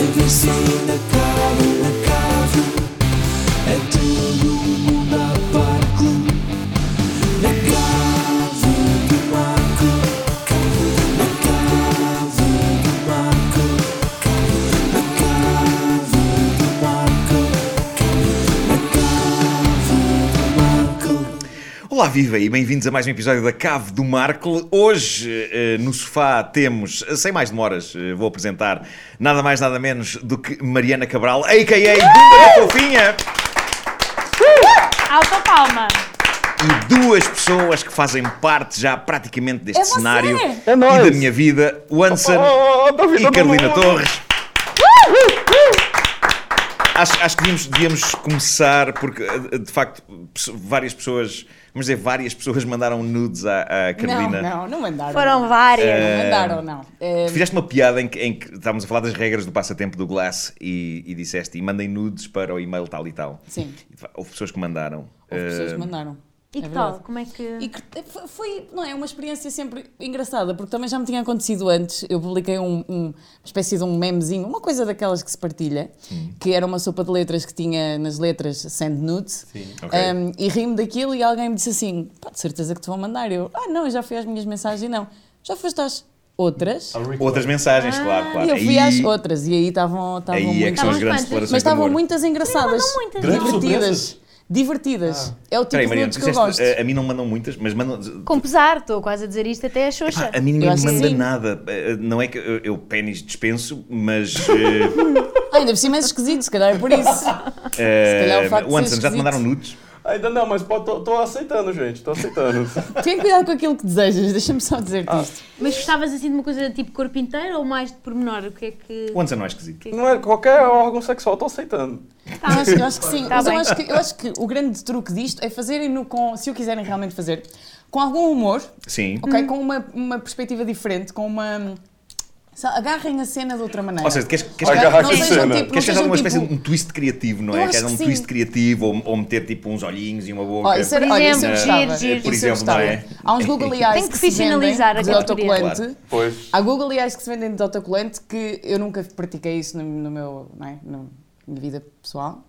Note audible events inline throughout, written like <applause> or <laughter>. Assim acaba uma cave É tudo mundo a barco Na cave do Marco Na cave do Marco Na cave do Marco Na cave do Marco Olá, viva e bem-vindos a mais um episódio da Cave do Marco. Hoje eh, no sofá temos, eh, sem mais demoras, eh, vou apresentar nada mais nada menos do que Mariana Cabral, a.k.a. Bunda da Fofinha, Autopalma. e duas pessoas que fazem parte já praticamente deste É você! cenário É e nós! da minha vida, o Anson Oh, oh, oh, da vida e do Carolina mundo! Torres. Acho, acho que devíamos, devíamos começar, porque eh, de facto pesso- várias pessoas, vamos dizer, várias pessoas <laughs> mandaram nudes à, à Carolina. Ah, Não, não, não mandaram. Foram É. várias. Não mandaram, não. Eh, Fizeste uma piada em que, em que estávamos a falar das regras do passatempo do Glass e, e disseste e mandem nudes para o e-mail tal e tal. Sim. E, de fa- Houve pessoas que mandaram. Houve pessoas que Eh, mandaram. E É que verdade. tal? Como é que. E que- f- foi, não é, uma experiência sempre engraçada, porque também já me tinha acontecido antes. Eu publiquei um- um- uma espécie de um memezinho, uma coisa daquelas que se partilha, que era uma sopa de letras que tinha nas letras send nude. Ok. Um, e ri-me daquilo e alguém me disse assim: pá, de certeza que te vão mandar. Eu, ah, não, eu já fui às minhas mensagens, não. Já foste às outras? Outras mensagens, claro, Ah, claro. E Ah, eu fui Aí- às outras, e aí estavam estavam Aí é que muito são as Estavam grandes quantas? declarações Mas de estavam amor. muitas engraçadas. Não, mandam muitas. Grandes divertidas. surpresas. Divertidas. É o tipo Peraí, de Ah. Mariana, nudes que eu disseste, gosto. eh, a, mim não mandam muitas, mas mandam. Com pesar, estou quase a dizer isto até a Xuxa. Pá, a mim ninguém Eu me acho que manda sim. nada. Eh, Não é que eu, eu pênis dispenso, <laughs> mas. eh, Ah, ainda por cima é esquisito, se calhar é por <laughs> isso. calhar eh, o facto o de ser Anderson, já te esquisito. mandaram nudes? Ainda não, mas pô, tô, tô aceitando, gente. Tô aceitando. Tenha cuidado com aquilo que desejas, deixa-me só dizer-te Ah. isto. Mas gostavas assim de uma coisa tipo corpo inteiro ou mais de pormenor? O que é que. O Anderson não é esquisito. <laughs> não é qualquer órgão sexual, tô aceitando. Eu acho, eu acho que sim, mas eu Tá bem. acho que, eu acho que o grande truque disto é fazerem-no com, se o quiserem realmente fazer, com algum humor, Sim. ok? Uhum. Com uma, uma perspectiva diferente, com uma. sa- Agarrem a cena de outra maneira. Ou seja, queres, queres, Agarra Não aqui a sejam cena. tipo- não Queres fazer sejam alguma espécie tipo- de um twist criativo, não Eu é? acho Queres um que sim. twist criativo ou, ou meter tipo uns olhinhos e uma boca. Olha, isso é era, Por olha, isso eu exemplo, gostava. giro, giro. Por Isso eu exemplo, não é? gostava. Há uns Google Eyes Tem que se ficcionalizar vendem a de categoria. autocolante. Claro. Pois. Há Google Eyes que se vendem de autocolante que eu nunca pratiquei isso no, no meu, não é? No- na minha vida pessoal.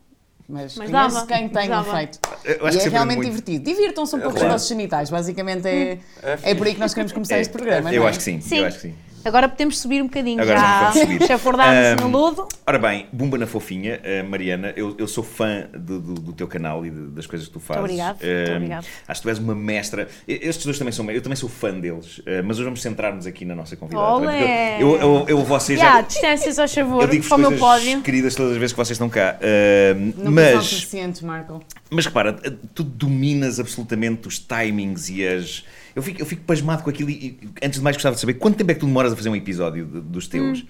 Mas, Mas conheço dava, quem tem dava. feito. Eu E acho que é sempre realmente muito. divertido. Divirtam-se um pouco com os claro. vossos genitais. Basicamente é, Uhum. é, É por aí que nós queremos começar É, este programa. Eu não é? acho que sim, Sim. eu acho que sim. Agora podemos subir um bocadinho Agora já já. podemos subir. Chafurdámos Ahm, no lodo. Ora bem, Bumba na Fofinha, eh, Mariana, eu, eu sou fã do, do- do teu canal e de- das coisas que tu fazes. obrigado, Eh, muito obrigado. Acho que tu és uma mestra. E- Estes dois também são, eu também sou fã deles, eh, mas hoje vamos centrar-nos aqui na nossa convidada. Olé! também, porque Eu, eu, eu, eu vocês Já, já. distância, só Eu favor, digo para o meu pódio. coisas queridas todas as vezes que vocês estão cá. eh, Nunca são assim. mas, suficientes, Marco. mas repara, tu dominas absolutamente os timings e as. Eu fico, eu fico pasmado com aquilo e, e, antes de mais gostava de saber quanto tempo é que tu demoras a fazer um episódio de- dos teus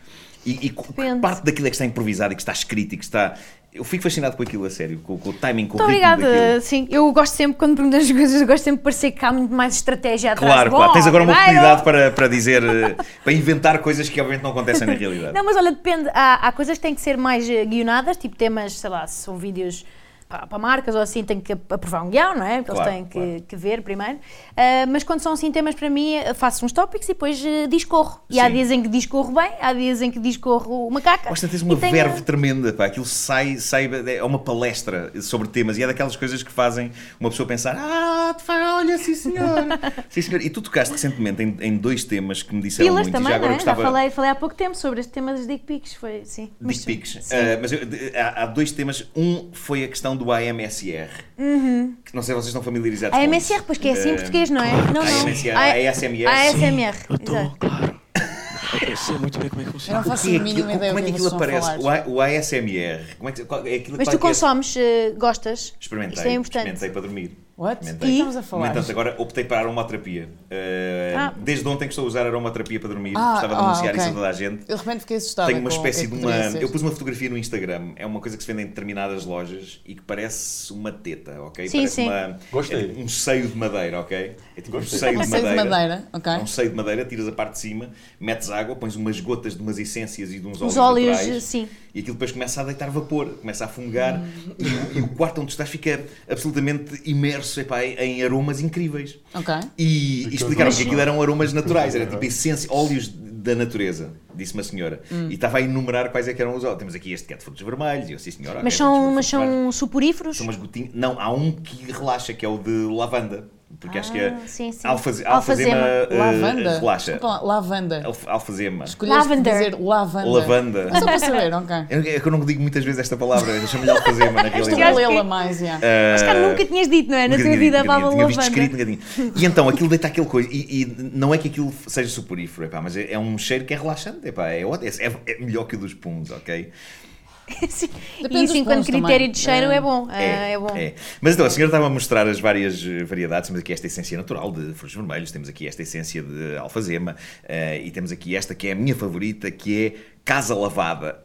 e, e co- que Hum. Depende. parte daquilo é que está improvisado e que está escrito e que está. Eu fico fascinado com aquilo a sério, com, com o timing, com Muito o ritmo daquilo. obrigada. Sim, eu gosto sempre, quando perguntas as coisas, eu gosto sempre de parecer que há muito mais estratégia atrás. Claro, Bom, claro. Tens agora uma primeiro- oportunidade para, para dizer, eh, para inventar coisas que obviamente não acontecem na realidade. Não, mas olha, depende. Há, há coisas que têm que ser mais eh, guionadas, tipo temas, sei lá, se são vídeos para, para marcas ou assim, tem que ap- aprovar um guião, não é? Porque Claro, eles têm que, claro. que ver primeiro. Ah, mas quando são assim temas para mim, eh, faço uns tópicos e depois eh, discorro. E há Sim. dias em que discorro bem, há dias em que discorro uma caca. Basta teres e uma tenho- verve tremenda, pá. Aquilo sai, sai, é uma palestra sobre temas e é daquelas coisas que fazem uma pessoa pensar: Ah, de facto, olha, sim <laughs> senhor. sim senhor. E tu tocaste recentemente em, em dois temas que me disseram Pilas muito também, e já agora não é? eu gostava. Já falei, falei há pouco tempo sobre este tema das dick pics, foi sim. Dick pics. Sim. Ah, mas eu- de- há, há dois temas. Um foi a questão do AMSR. Que não sei se vocês estão familiarizados Uhum. a com MSR, isso. pois que é assim em Ah, português, não é? Não, não. AMSR, A- ASMR. ASMR, Eu tô, exato. claro. Eu sei muito bem como é que Eu funciona. não faço Como é a que mínima aquilo, ideia como do é que que aquilo eles estão a aparece? falar. O, A- o ASMR. Como é que, qual, é aquilo, Mas qual é que tu é? consomes, eh, gostas? Experimentei. Isto é importante. Experimentei para dormir. What? O que é Experimentei. que estamos a falar? No entanto, agora optei para a aromaterapia. Eh, Ah. Desde ontem que estou a usar aromaterapia para dormir, Ah, gostava de ah, anunciar ok. isso a toda a gente. Eu de repente fiquei assustada. Tenho uma com o que é espécie que de uma. poderia ser. Eu pus uma fotografia no Instagram, é uma coisa que se vende em determinadas lojas e que parece uma teta, ok? Sim, parece sim. Uma... Gostei. é um seio de madeira, ok? É tipo um Gostei. seio Um de seio de madeira. madeira, ok. É um seio de madeira, tiras a parte de cima, metes água, pões umas gotas de umas essências e de uns óleos. Os óleos, eh, naturais. sim. E aquilo depois começa a deitar vapor, começa a fungar e, o- e o quarto onde tu estás fica absolutamente imerso epá, em aromas incríveis. Ok. E, e explicaram que aquilo eram aromas naturais, era tipo essência, óleos de da natureza, disse uma senhora. Hum. E estava a enumerar quais é que eram os óleos. Temos aqui este que é de frutos vermelhos, e eu, sim senhora. ok, Mas temos são, frutos mas vermelhos." são suporíferos? São umas gotinhas. Não, há um que relaxa, que é o de lavanda. Porque acho que é. Ah, sim, sim. Alfaze- Alfazema. Alfazema. eh, Lavanda? relaxa. Desculpa lá, lavanda. Alf- Alfazema. Escolheste Lavender. dizer lavanda. Lavanda. Só para saber, ok. Eu, é que eu não digo muitas vezes esta palavra, eu chamo-lhe alfazema na Estou realidade. a lê-la mais, já. Mas cara, nunca tinhas dito, não é? Na eh, Nunca tua tinha dito, vida, a nunca tinha, Bábala tinha visto Lavanda. escrito, <laughs> nunca tinha. E então, aquilo deita aquele coisa. E, e não é que aquilo seja suporífero, epá, mas é, é um cheiro que é relaxante. Epá, é, ótimo, é, é melhor que o dos puns, ok? Sim. Depende E dos isso, enquanto pontos critério também. de cheiro, é bom. Ah, É, É, bom. Mas então, a senhora estava a mostrar as várias eh, variedades. Temos aqui esta essência natural de frutos vermelhos, temos aqui esta essência de alfazema eh, e temos aqui esta que é a minha favorita, que é casa lavada.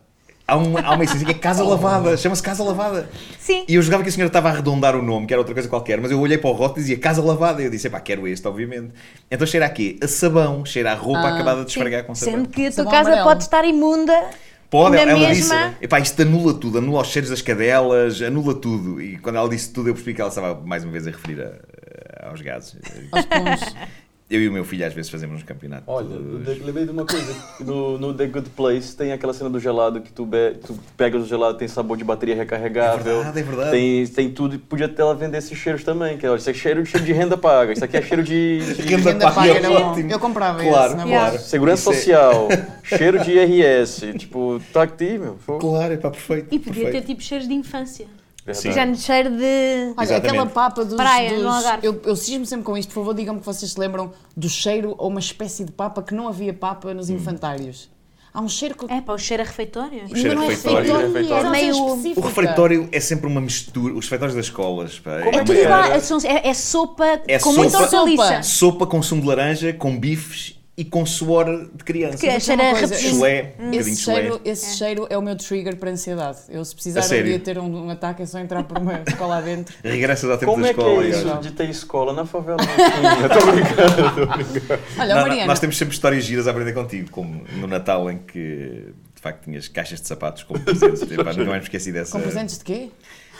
Há, um- há uma essência que é <laughs> Oh. casa lavada, chama-se casa lavada. Sim. E eu jogava que a senhora estava a arredondar o nome, que era outra coisa qualquer, mas eu olhei para o rótulo e dizia casa lavada. E eu disse, pá, quero este, obviamente. Então cheira a quê? A sabão, cheira a roupa Ah, acabada de esfregar com sabão. Sendo que a tua Sabão casa amarelo. pode estar imunda. Pode, é na ela, ela disse, mesma... epá, isto anula tudo, anula os cheiros das cadelas, anula tudo. E quando ela disse tudo, eu percebi que ela estava mais uma vez a referir a- a- aos gases. Aos puns. <laughs> Eu e o meu filho às vezes fazemos um campeonato. Olha, eu de- lembrei de uma coisa. No, no The Good Place tem aquela cena do gelado que tu, be- tu pega o gelado, tem sabor de bateria recarregável. É verdade, é verdade. Tem, tem tudo. Podia até ela vender esses cheiros também. Que, olha, isso é cheiro, cheiro de renda paga. Isso aqui é cheiro de. de- Renda Renda paga paga é era bom. ótimo. Eu comprava Claro, esse, na claro. boa. Isso Segurança é- <laughs> Social, cheiro de IRS. Tipo, tá aqui, meu. Pô, Claro, epá, perfeito. E podia ter perfeito. tipo cheiros de infância. verdade. Sim. Já no cheiro de. Olha, Exatamente. aquela papa dos. Praia, dos- no Algarve. eu, eu cismo sempre com isto, por favor, digam-me que vocês se lembram do cheiro ou uma espécie de papa que não havia papa Hum. nos infantários. Há um cheiro que. É pá, o cheiro a refeitório. O cheiro não é refeitório. refeitório, Refeitório. é uma cena Meio- um. específica. O refeitório é sempre uma mistura, os refeitórios das escolas. Pá, é Como uma- Tudo é? igual, é, são- é- é sopa É com sopa. muita hortaliça. Sopa com sumo de laranja, com bifes e com suor de criança. Que é Dizer cheiro uma a coisa, rapidinho. Chulé, um bocadinho Esse, de chulé. cheiro, esse cheiro é o meu trigger para ansiedade. Eu, se precisar, A um sério? dia ter um, um ataque, é só entrar por uma escola adentro. Regressas ao tempo Como da é que escola. é aliás. isso de ter escola na <laughs> favela? Eu tô Olha, Não, É Mariana, nós temos sempre histórias giras a aprender contigo, como no Natal em que de facto tinhas caixas de sapatos como <laughs> presentes. Epá, nunca mais me esqueci dessa. com presentes de quê?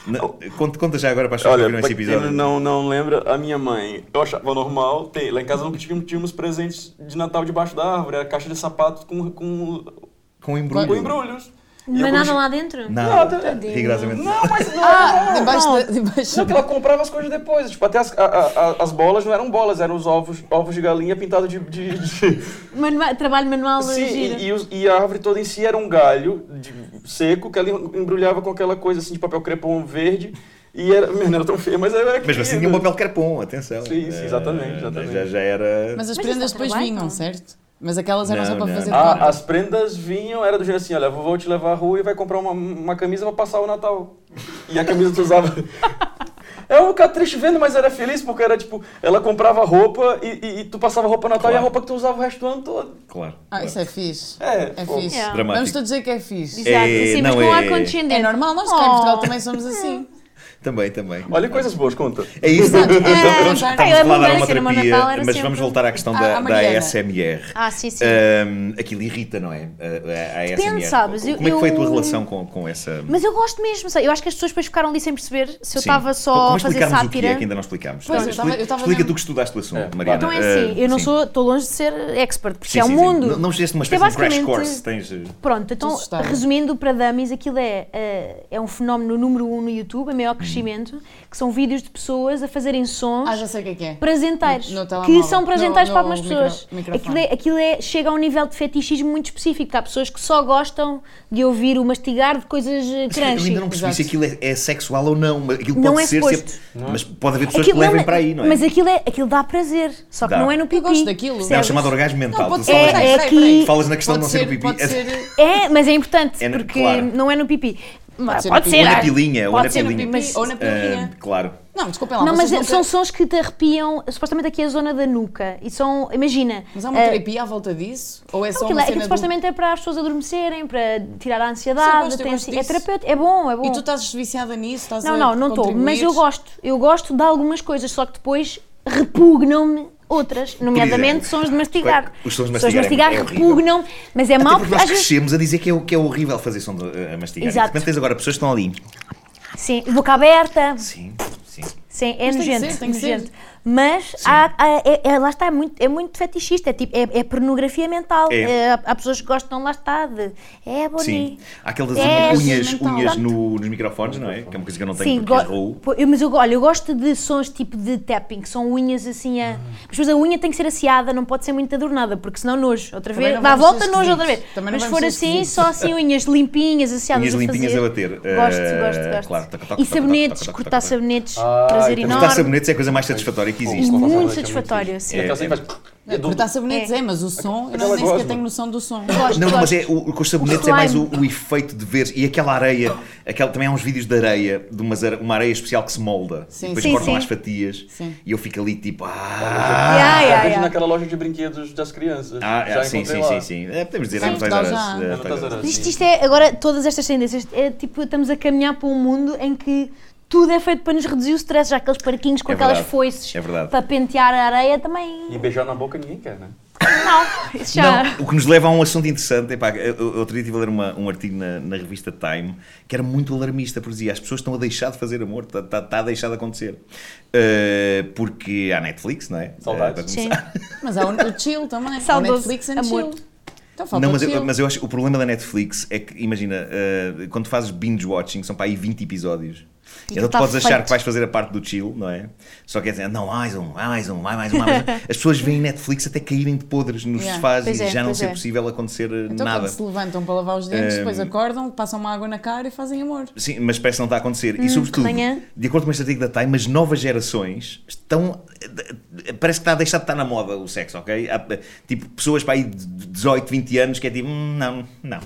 Não, conta, conta já agora para as pessoas que Olha, viram pra esse quem episódio. não, não lembra, a minha mãe, eu achava normal ter. Lá em casa nunca tínhamos, tínhamos presentes de Natal debaixo da árvore, era caixa de sapato com, com, Com embrulho. com embrulhos. E eu Mas nada quando- lá dentro? Nada. Nada. Rigorosamente Não, mas não, Ah, debaixo da. Debaixo não, que ela comprava as coisas depois. Tipo, até as, a- a- a- as bolas não eram bolas, eram os ovos, ovos de galinha pintados de. de- de- Manua- trabalho manual é Sim, giro. e, e os- e a árvore toda em si era um galho de- seco que ela embrulhava com aquela coisa assim de papel crepom verde. E era. <laughs> Meu, não era tão feio, mas era. Mesmo assim, tinha um papel carpom, atenção. Sim, sim, exatamente, Eh, exatamente. Já, já era. Mas as Mas prendas isso dá depois trabalho, vinham, não? certo? Mas aquelas eram Não, só para não, fazer não. compras. Ah, as prendas vinham, era do gênero assim, olha, vou te levar à rua e vai comprar uma, uma camisa pra passar o Natal. E a camisa tu usava. Eu ficava triste vendo, mas era feliz porque era tipo, ela comprava roupa e, e- e tu passava roupa Natal Claro. e a roupa que tu usava o resto do ano todo. Claro. Ah, isso é fixe. É, É pô, fixe. Yeah. Dramático. Vamos todos dizer que é fixe. Exato, É, sim, mas não, com é- ar condescendente. É normal, nós cá em Oh. Portugal também somos assim. Também, também. Olha coisas boas, conta. É isso. Vamos, vamos, é, estamos a falar a da abundância no meu aromaterapia, Natal era mas sempre- vamos voltar à questão Ah, da, a da Mariana. ASMR. Ah, sim, É. sim. Ahm, aquilo irrita, não é? A, a, a Depende, ASMR. sabes, Como eu- é que foi a tua eu- relação com, com essa. Mas eu gosto mesmo, sei, eu acho que as pessoas depois ficaram ali sem perceber se eu Sim. estava Como- só como a fazer explicarmos O que é sátira. que ainda não explicámos? Pois, Tá? eu tava- eu tava Explica vendo- tu que estudaste o assunto, É. Mariana. Então é Eh, assim, eu não sim. sou, estou longe de ser expert, porque Sim, é um sim, sim. mundo. Não, não fizeste uma Isto é espécie de crash basicamente- course. Tens, eh, Pronto, então, Estou assustada. resumindo para dummies, aquilo é, eh, é um fenómeno número um no YouTube, a maior crescimento, que são vídeos de pessoas a fazerem sons. Uhum. Ah, já sei o que é que é. Presenteiros, No- no telemóvel. que são presenteiros No- para no algumas pessoas. micro- microfone. aquilo é, aquilo é- chega a um nível de fetichismo muito específico, que há pessoas que só gostam de ouvir o mastigar de coisas eh, Eu crunchy. ainda não percebi Exato. se aquilo é, é sexual ou não. mas Aquilo Não pode é ser. suposto. sempre- Mas pode haver pessoas Aquilo que levem não- para aí, não é? Mas aquilo, é, aquilo dá prazer, só que Dá. não é no pipi. gosto daquilo. É o percebes? chamado orgasmo mental. pode tu ser- falas é- nisso. peraí, é peraí, que- peraí. Falas na questão de Pode não ser o pipi. Pode ser. É, mas é importante, É no- porque claro. não é no pipi. Pode ser no pode pipi. ser. Ou na ah, pilinha, ou pode na ser no pilinha. pipi, ou na pilinha. Ah, Claro. Não, desculpem lá. Não, mas vocês nunca- são sons que te arrepiam, supostamente aqui é a zona da nuca. E são, imagina. Mas há uma ah, terapia à volta disso? Ou é só aquilo, é- uma cena aquilo do- supostamente é para as pessoas adormecerem, para tirar a Sim, eu ansiedade. gosto, eu tem- gosto é disso. terapêutico, é bom, é bom. E tu estás viciada nisso? Estás Não, a não, não estou. contribuir? Mas eu gosto. Eu gosto de algumas coisas, só que depois repugnam-me outras, nomeadamente exemplo, sons de mastigar. os sons de Sons de mastigar é- mastigar é horrível. repugnam, mas é Até mau porque porque nós às vezes. crescemos a dizer que é, o- que é horrível fazer som de, eh, a a mastigar. Exato. E de repente tens agora pessoas que estão ali. Sim, boca aberta. Sim, sim. Sim, é Mas tem que nojento. ser, tem que nojento. ser. Mas há- há- é- é- lá está, é muito, é muito fetichista, é, tipo, é, é pornografia mental. É. É, há pessoas que gostam, lá está, de. É Sim. bonito. Há aquelas É, unhas, mental. unhas no- nos microfones, não é? Que é uma coisa que eu não tenho Sim, porque go- ou pô, eu- mas eu, olha, eu gosto de sons tipo de tapping, que são unhas assim Ah. a. Mas depois a unha tem que ser asseada, não pode ser muito adornada, porque senão nojo. Outra Também vez, não dá a vamos volta ser nojo outra esquisitos. vez. Também não mas se vamos for ser assim, esquisitas. só assim unhas limpinhas, asseadas. unhas a limpinhas fazer. a bater. Gosto, Eh, gosto, gosto. Claro, toc, toc, e toc, sabonetes, toc, toc, toc, cortar toc. sabonetes, Ah, prazer então- enorme. Cortar sabonetes é a coisa mais satisfatória que existe. Cortar Muito sabonetes é satisfatório, muito sim. Aquela assim que faz- É, Cortar sabonetes é, mas o som, Aquela eu não nem sequer gosma. tenho noção do som. Não, não, mas é, o, o- com os sabonetes O é mais o, slime. o efeito de ver. E aquela areia, aquela, também há uns vídeos de areia, de umas are- uma areia especial que se molda. Sim, e depois sim, cortam sim. as fatias. Sim. E eu fico ali tipo. Ah, Ah, Yeah, yeah, vejo yeah. naquela loja de brinquedos das crianças. ah, Já ah, sim, encontrei sim, lá. sim, sim. É, podemos dizer, Sim, é no Toys dá R Us, já. é, É no Toys R Us. Isto, isto é, agora, todas estas tendências, é tipo, estamos a caminhar para um mundo em que tudo é feito para nos reduzir o stress, já aqueles parquinhos com É aquelas verdade, foices é verdade. para pentear a areia também. E beijar na boca ninguém quer, né? Não, isso já. Não, o que nos leva a um assunto interessante. Epá, eu, eu- outro dia estive a ler uma- um artigo na, na revista Time que era muito alarmista, porque dizia as pessoas estão a deixar de fazer amor, está tá, tá a deixar de acontecer. Eh, porque há Netflix, não é? Saudades. Eh, para Sim. começar. Mas há o o chill também. Há o Saudoso Netflix and amor. chill. Então falta Não, mas o eu, chill. mas eu acho que o problema da Netflix é que, imagina, eh, quando fazes binge-watching, são para aí 20 episódios. E então aquilo tu tá podes achar feito. que vais fazer a parte do chill, não é? Só que é dizer, não, mais um, há mais um, há mais um, há <laughs> mais um. As pessoas veem Netflix até caírem de podres nos Yeah. sofás Pois e é, já não pois ser é. possível acontecer eh, Então nada. quando se levantam para lavar os dentes, depois acordam, passam uma água na cara e fazem amor. Sim, mas parece que não está a acontecer. Hum, e sobretudo, amanhã. de acordo com este artigo da Time, as novas gerações estão. eh, Parece que está a deixar de estar na moda o sexo, ok? Há, tipo, pessoas para aí de 18, 20 anos que é tipo, "Hum, não, não.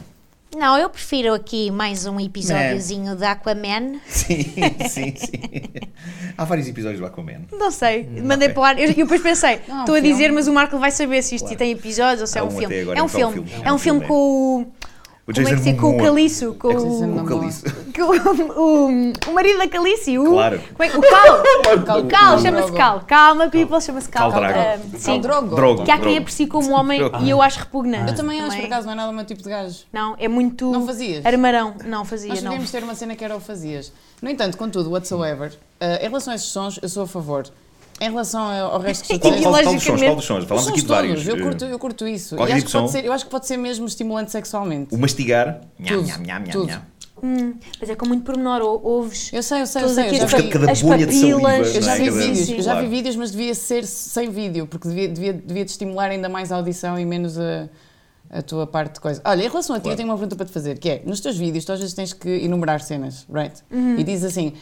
Não, eu prefiro aqui mais um episódiozinho de Aquaman. Sim, sim, sim. Há vários episódios do Aquaman. Não sei, mandei para o ar. Eu, eu depois pensei, Não, é um estou a filme. dizer, mas o Marco vai saber se isto Claro. tem episódios ou se Há é um um filme. até agora, É um então é um filme. filme. É um filme É. com o. O Como é que se diz? Com o Momoa. Caliço, com É, Jason o, Momoa. o Caliço. com o, o, o marido da Calice, o. Claro. Como é, que- o Cal! Cal- O Cal, chama-se Drogo. Cal. Calma, people, chama-se Cal. Cal Drago. Ah, sim. Drogo. Drogo. Que há quem drogo. aprecie como homem e eu acho repugnante. Eu Ah. também acho, por acaso, não é nada o meu tipo de gajo. Não, é muito. Não fazias? Armarão. Não fazia, Nós não. devíamos ter uma cena que era o fazias. No entanto, contudo, whatsoever, eh, em relação a estes sons, eu sou a favor. Em relação ao ao resto que tu <laughs> Qual, disseste- qual, qual dos sons? Ideologicamente- Qual dos sons? Falámos Sons aqui de todos, vários. eh, Eu curto, eu curto isso. Qual E tipo acho de que som? pode ser, eu acho que pode ser mesmo estimulante sexualmente. O mastigar. Tudo, Nham, nham, nham, tudo. nham. Mas é com muito pormenor, ou- ouves. Eu sei, eu sei, eu todos sei. aqui Eu já as- vi, Cada as bolha de saliva, papilas. eu já Não é? vi Cada- vídeos, eu já Claro. vi vídeos, mas devia ser sem vídeo, porque devia, devia, devia te estimular ainda mais a audição e menos a, a tua parte de coisa. Olha, em relação a ti, eu tenho uma pergunta para te fazer, que é, nos teus vídeos, tu às vezes tens que enumerar cenas, right? Uhum. E diz assim,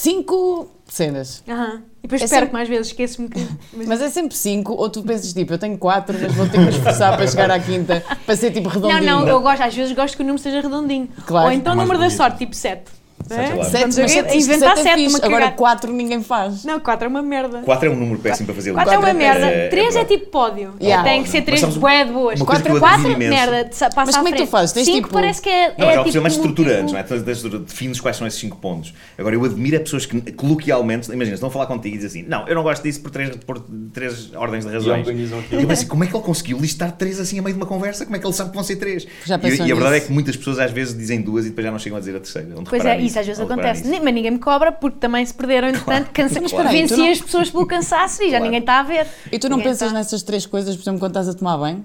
cinco cenas. Aham. E depois É espero sempre- que mais vezes esqueço-me que. Mas, Mas é sempre cinco, ou tu pensas tipo, eu tenho quatro, mas vou ter que me esforçar para chegar à quinta, para ser tipo não, redondinho. não, eu gosto, às vezes gosto que o número seja redondinho. Claro. Ou É então o Mais número da bonito. sorte, tipo 7. claro. Sete, mas sete, isto Inventar sete é 7, fixe, uma Agora cagada. quatro ninguém faz. Não, 4 é uma merda. Quatro é um número péssimo para fazer lista. 4 é uma quatro é merda. péssimo. 3 É, é é tipo pódio. Yeah. Tem que ser Mas 3 sabes, bué de boas. uma coisa 4 que eu admiro quatro imenso. merda. de- Passa Mas como é que tu fazes? Tens 5 tipo- parece que é. Não, mas é é uma tipo mais estruturantes, múltiplo. não é? Todas- todas- todas- Defines quais são esses cinco pontos. Agora, eu admiro a pessoas que coloquialmente, imagina, estão a falar contigo e dizem assim: Não, eu não gosto disso por três, por três ordens de razões. organizam E aquilo. eu penso assim: Como é que ele conseguiu listar três assim a meio de uma conversa? Como é que ele sabe que vão ser três? Já e, pensou e a verdade é nisso? que muitas pessoas às vezes dizem duas e depois já não chegam a dizer a terceira. Vão Pois reparar é, nisso, isso às vezes vão reparar acontece. nisso. Nem- Mas ninguém me cobra porque também se perderam, entretanto, cansa... espera aí, tu venci não- as pessoas pelo cansaço e já Claro. ninguém está a ver. E tu não Ninguém pensas tá. nessas três coisas, por exemplo, quando estás a tomar banho?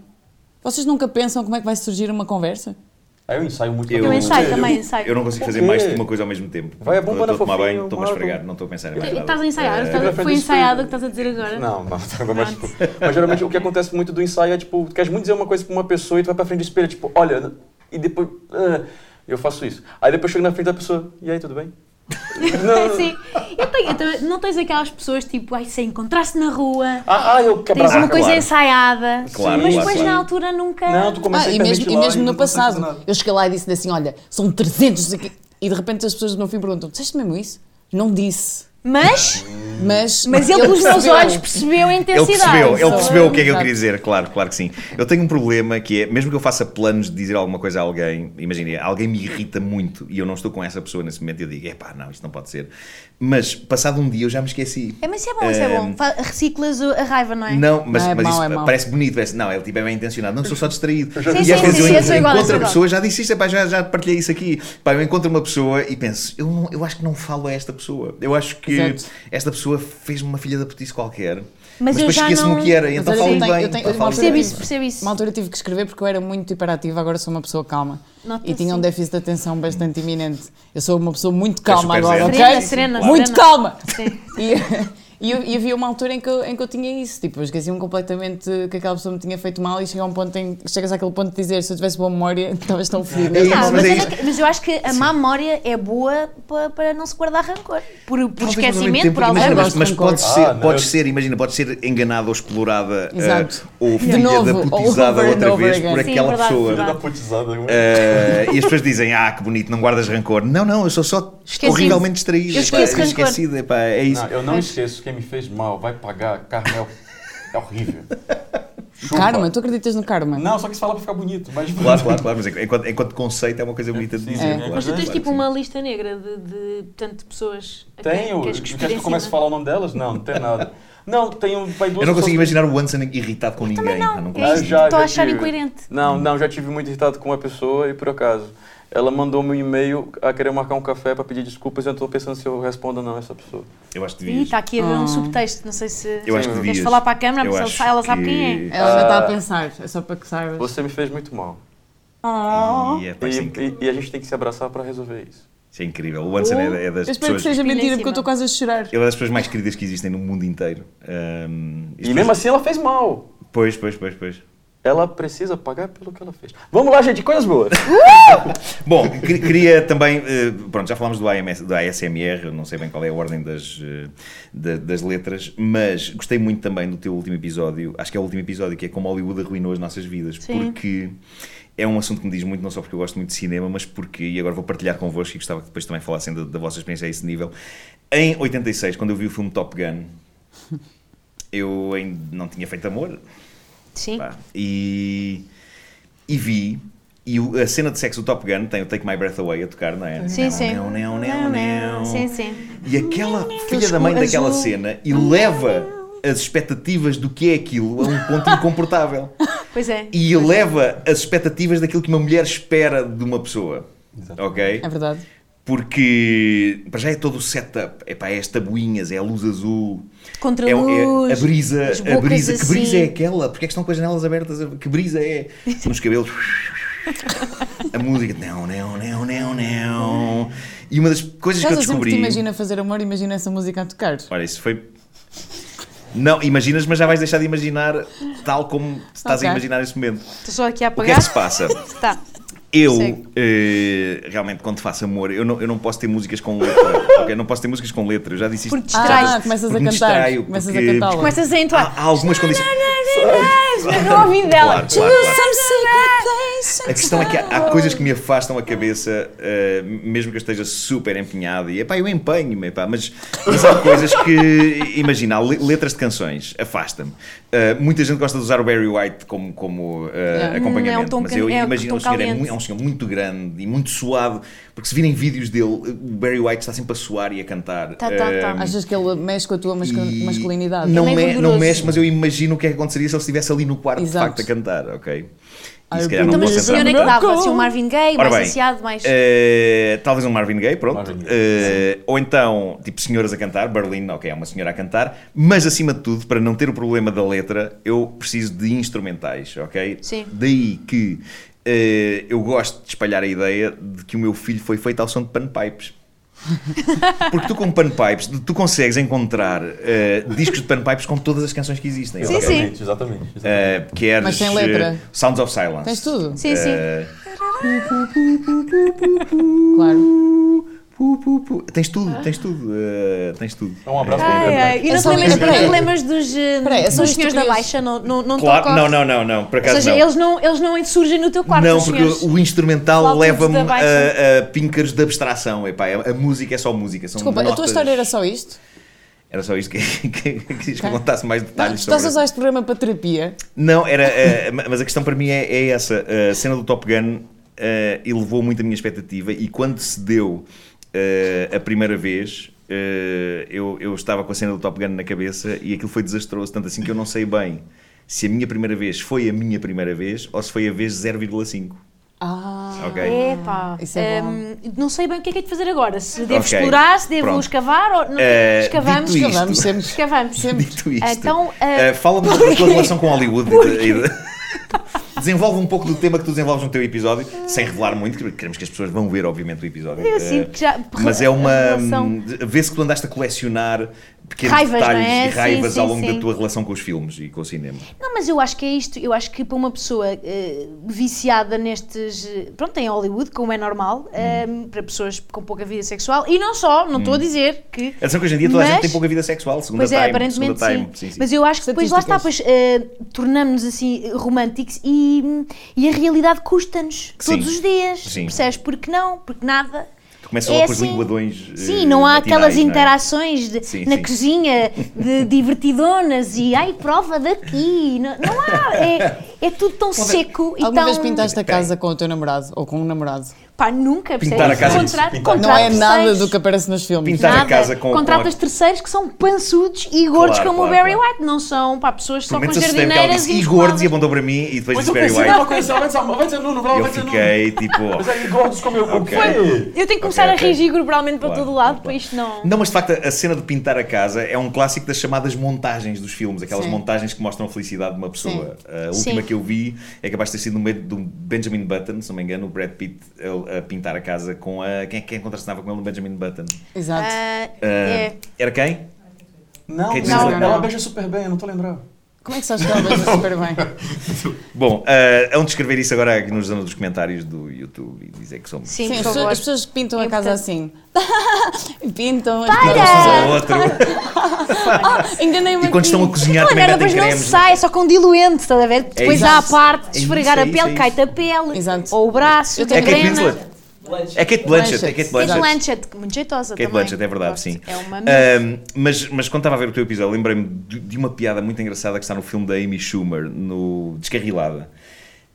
Vocês nunca pensam como é que vai surgir uma conversa? Aí eu ensaio muito. Eu- na Também televisão. sai, também sai. Eu não consigo fazer quê? mais de uma coisa ao mesmo tempo. Vai a Quando bomba eu na Estou a tomar fofinha, banho, estou-me a Marco. esfregar, não estou a pensar em mais nada. Eh, Estás a É, ensaiar, estás a- frente foi do ensaiado o que estás espelho. a dizer agora. Não, não, não, mas, tipo, mas geralmente o que acontece muito do ensaio é tipo, tu queres muito dizer uma coisa pra uma pessoa e tu vai pra frente do espelho, tipo, olha, e depois. ah, eu faço isso. Aí depois chego na frente da pessoa, e aí, tudo bem? <laughs> Não, Sim. Eu tenho, eu tenho- não tens aquelas pessoas tipo, ai, se encontrar-se na rua, Ah, ah, eu tens quebrar. uma coisa claro. ensaiada, Claro, mas claro, depois claro. na altura nunca. Não, tu começa Ah, a e hiperventilar mesmo, e mesmo não no consegue fazer passado, nada. eu cheguei lá e disse assim, olha, são 300 não sei o quê. E de repente as pessoas no fim perguntam, disseste mesmo isso? Não disse, Mas, mas... mas ele pelos meus percebeu. olhos percebeu a Ele intensidade. percebeu, ele Exato. percebeu o que é que eu Exato. queria dizer, claro, claro que sim. Eu tenho um problema que é, mesmo que eu faça planos de dizer alguma coisa a alguém, imagina, alguém me irrita muito e eu não estou com essa pessoa nesse momento, eu digo, epá, não, isto não pode ser. Mas passado um dia eu já me esqueci. É, mas isso é bom, isso é bom. Fa- Reciclas o- a raiva, não é? Ehm, Não, mas, Não, é mas mau, isso é mau. parece bonito, parece, não, ele tipo, é bem intencionado, não, sou só distraído. Sim, e sim, às vezes sim, sim, eu sou eu igual, eu encontro sou a igual. pessoa, já disse isto, epá, já, já partilhei isso aqui. Pá, eu encontro uma pessoa e penso, eu, não, eu acho que não falo a esta pessoa, eu acho que que Exato. esta pessoa fez-me uma filha da putice qualquer, Mas eu depois já esqueço-me não- o que era, então olha, eu falo tenho- bem. eu tenho- pá, falo percebo bem. Percebo isso, percebo isso. Uma altura tive que escrever porque eu era muito hiperativa, agora sou uma pessoa calma. Nota-se. e tinha um déficit de atenção bastante iminente. Eu sou uma pessoa muito calma super agora, zen. ok? Serena, serena, muito serena. calma! Sim. E, <laughs> e, eu- e havia uma altura em que, eu, em que eu tinha isso, tipo, eu esquecia-me completamente que aquela pessoa me tinha feito mal e chega a um ponto em, chegas àquele ponto de dizer se eu tivesse boa memória, <laughs> estavas tão fodida. É isso, Ah, mas mas, é eu isso. não- mas eu acho que a má memória é boa para, para não se guardar rancor. Por, por Talvez, mas ao mesmo esquecimento, tempo, por imagina, alguma Eu mas, gosto mas de pode concordar. ser, Ah, não, pode eu- ser, imagina, pode ser enganada ou explorada eh, Exato. ou filha novo, da putizada over and outra over vez again. por Sim, aquela verdade, pessoa. verdade. Tá putizado, hein? Eh, e as pessoas dizem, ah, que bonito, não guardas rancor. Não, não, eu sou só Esquecido. horrivelmente distraída. Eu esqueço pá, rancor. esquecida, pá, é isso. Não, eu não esqueço. Quem me fez mal vai pagar. Carmel é horrível. Chupa. Karma, tu acreditas no karma? Não, só que se fala pra ficar bonito. Mas Claro, claro, claro, mas enquanto, enquanto conceito é uma coisa bonita de Sim, dizer. é. claro, Mas tu claro, tens, claro, tipo sim. uma lista negra de, de portanto, de pessoas a quem Tenho. queres Queres que eu em comece a cima. falar o nome delas? Não, não <laughs> tem nada. Não, tenho. Vai duas Eu não consigo pessoas- imaginar o Anson irritado com ninguém. pá, não Ah, consigo. já, Estou a já achar tive. incoerente. Não, não, já tive muito irritado com uma pessoa e por acaso. Ela mandou-me um e-mail a querer marcar um café pra pedir desculpas e eu tô pensando se eu respondo ou não essa pessoa. Eu acho que Ih, devias. está aqui a ver Ah. um subtexto, não sei se Eu acho que Sim, devias. queres falar para a câmara, Eu mas acho ela, ela sabe quem é. que- Ela já está a pensar, é só para que saibas. Você me fez muito mal. Oh. Ih, é, pá, isso é E, incrível. e- e a gente tem que se abraçar pra resolver isso. Isso é incrível. O Anson é, é das eu espero pessoas. que seja mentira Espinha em porque eu estou cima. quase a chorar. Ele é das pessoas mais queridas que existem no mundo inteiro. Ahm, E mesmo assim ela fez mal. Pois, pois, pois, pois. Ela precisa pagar pelo que ela fez. Vamos lá, gente, <laughs> coisas boas. Bom, que- queria também. eh, Pronto, já falámos do, AMS, do ASMR, eu não sei bem qual é a ordem das, eh, da- das letras, mas gostei muito também do teu último episódio. Acho que é o último episódio, que é como Hollywood arruinou as nossas vidas, porque. É um assunto que me diz muito, não só porque eu gosto muito de cinema, mas porque, e agora vou partilhar convosco e gostava que depois também falassem da, da vossa experiência a esse nível. Em 86, quando eu vi o filme Top Gun, eu ainda não tinha feito amor, Sim. Pá, E, e vi. E o- a cena de sexo do Top Gun tem o Take My Breath Away a tocar, não é? Sim, não, sim. Não, não, não, não. Sim, sim. E aquela filha da mãe escuro daquela azul. cena eleva as expectativas do que é aquilo a um ponto incomportável. Pois é. E eleva as expectativas daquilo que uma mulher espera de uma pessoa. Ok? É verdade. Porque para já é todo o setup, é pá, é as tabuinhas, é a luz azul, Contra é, luz, é a brisa, as a bocas brisa, que assim. brisa é aquela? Porque é que estão com as janelas abertas? Que brisa <laughs> é? Nos cabelos. A música, não, não, não, não, não. E uma das coisas que eu Estás a sempre descobri. que te imagina fazer amor, imagina essa música a tocar. Olha, isso foi. Não, imaginas, mas já vais deixar de imaginar tal como estás Ok. a imaginar esse momento. Estou só aqui a O que é que apagar. se passa? Tá. Eu, Segue. eh, realmente, quando faço amor, eu não, eu não posso ter músicas com <laughs> letra. ok? Não posso ter músicas com letra. Eu já disse isto. Porque distrai. Ah, começas Porque a me cantar. distraio, Começas porque- a cantá-la. Começas a entoar. Há, há algumas condições. Mas não ouvi dela. Ah, Claro, claro, claro. A Some secret place questão é que há, há coisas que me afastam a cabeça, eh, mesmo que eu esteja super empenhado, e epá, eu empenho-me, epá, mas, mas há coisas que, imagina, há le- letras de canções, afasta-me. Eh, muita gente gosta de usar o Barry White como, como eh, Yeah. acompanhamento, Hum, é um tom mas eu can- é um imagino tom um senhor, é, caliente. mu- é um senhor muito grande e muito suado, porque se virem vídeos dele, o Barry White está sempre a suar e a cantar. Tá, tá, tá. Eh, Achas que ele mexe com a tua mascu- e masculinidade? Não, Ele é me- gorduroso. não mexe, mas eu imagino o que é que aconteceria se ele estivesse ali no quarto Exato. de facto a cantar, ok? E Ai, se calhar eu não Então, posso mas o entrar senhor é muito que tanto. dava assim, o Marvin Gaye, Ora mais bem, ansiado, mais. eh, talvez um Marvin Gaye, pronto. Marvin Eh, ou então, tipo, senhoras a cantar, Berlim, ok, é uma senhora a cantar, mas acima de tudo, para não ter o problema da letra, eu preciso de instrumentais, ok? Sim. Daí que eh, eu gosto de espalhar a ideia de que o meu filho foi feito ao som de <laughs> panpipes. Porque tu com panpipes, tu consegues encontrar eh, discos de panpipes com todas as canções que existem. Sim, ok? sim. Exatamente, exatamente. exatamente. Eh, queres Mas sem letra. eh, Sounds of Silence. Tens tudo, Sim, sim. Eh, claro. Pu, pu, pu. Tens tudo, tens tudo, eh, tens tudo. Então, um abraço Ai, pra ai, E não É te só lembras, isso. não te Peraí. lembras dos, eh, Peraí, é só dos senhores isto que eu da queria- baixa? Não, não, não Claro, tocam? não, não, não, não, por Ou acaso seja, não. eles não, eles não insurgem no teu quarto, não, os porque senhores. o instrumental Flautas leva-me da a, baixa. a pincares de abstração. Epá, a, a música é só música. São Desculpa, a tua notas. história era só isto? Era só isto que, <laughs> que, que, quis que eu Ok. contasse mais Não, tu detalhes. estás a sobre- usar este programa para terapia? Não, era. eh, ma- mas a questão para mim é, é essa. A cena do Top Gun eh, elevou muito a minha expectativa e quando se deu eh, a primeira vez. eh, eu, eu estava com a cena do Top Gun na cabeça e aquilo foi desastroso, tanto assim que eu não sei bem se a minha primeira vez foi a minha primeira vez ou se foi a vez 0,5. Ah, Ok. Epá, Isso é bom. hum, não sei bem o que é que é de fazer agora. Se devo Ok, explorar, se devo pronto. escavar ou não. Eh, escavamos, dito escavamos, vamos, Isto. temos. escavamos. <laughs> Dito isto, é. Então, eh, eh, fala-me da tua relação com Hollywood. e de- e de- <laughs> Desenvolve um pouco do tema que tu desenvolves no teu episódio, sem revelar muito, que queremos que as pessoas vão ver, obviamente, o episódio. eu Eh, sinto que já. Mas é uma. a relação- hum, Vê-se que tu andaste a colecionar pequenos Raivas, não detalhes é? e raivas Sim, ao sim, longo sim. da tua relação com os filmes e com o cinema. Não, mas eu acho que é isto. Eu acho que para uma pessoa eh, viciada nestes. eh, Pronto, em Hollywood, como é normal, eh, para pessoas com pouca vida sexual. E não só, não estou a dizer que. Atenção é que hoje em dia toda a Mas- gente tem pouca vida sexual, segunda Pois é, time. aparentemente segunda sim. time. Sim, sim. Mas eu acho que depois lá está, pois eh, tornamos-nos assim românticos e, e a realidade custa-nos Sim. todos os dias. Sim. Percebes? Porque não, porque nada. Tu começas é logo com os assim. linguadões. eh, Sim, não há matinais, aquelas não é? interações de- Sim, na sim. cozinha <laughs> de divertidonas e ai, prova daqui. Não, não há. É, é tudo tão seco Então- e Alguma tão. vez pintaste a casa com o teu namorado ou com um namorado? Pá, nunca, percebes? Pintar a casa, Contrato- pintar. contrato Não é nada terceiros. do que aparece nos filmes. Pintar a Nada. casa com- com Contratas a- terceiros que são pançudos e gordos Claro, como o claro, Barry claro. White. Não são, pá, pessoas só Tu com metes a que ela jardineiras disse e e gordos e escolas. apontou para mim e depois Mas disse eu Barry pensei numa White. coisa, vai dizer Nuno, vai dizer Nuno, vai Eu dizer Nuno. fiquei tipo. oh. Mas aí, gordos comeu o que Ok. foi? Eu tenho que começar Ok, a ok. reagir verbalmente para Claro, todo lado, claro, para isto não. Não, mas de facto a cena de pintar a casa é um clássico das chamadas montagens dos filmes, aquelas Sim. montagens que mostram a felicidade de uma pessoa. Eh, A última Sim. que eu vi é capaz de ter sido no meio do Benjamin Button, se não me engano, o Brad Pitt ele a pintar a casa com a. Quem é que contracenava com ele no Benjamin Button? Exato. Ah, Ah, é. Era quem? Não, Quem é diz não, isso? ela beija super bem, eu não tô lembrando. Como é que sabes que ela beija super <laughs> bem? Bom, ah, hão de escrever isso agora aqui nos, nos comentários do YouTube e dizer que somos. Sim, Sim, por as pessoas, favor. as pessoas que pintam a Eu, casa portanto- assim. <laughs> pintam as Um casas. assim. <laughs> Oh, ao outro. Enganei-me E quando aqui. estão a cozinhar Não, também agora metem depois não se cremes. É sai, é só com diluente, estás a ver? Depois isso. há a parte de É esfregar isso, é a pele, isso, é cai-te a pele, Exato. ou o braço, Eu da É tenho Kate Crema. Winslet. É Kate Blanchett, é Kate Blanchett. Kate Blanchett. Blanchett, que muito jeitosa Kate também. Blanchett, é verdade, Gosto. sim. Eh, É uma Ahm, mas, mas quando estava a ver o teu episódio, lembrei-me de, de uma piada muito engraçada que está no filme da Amy Schumer, no Descarrilada,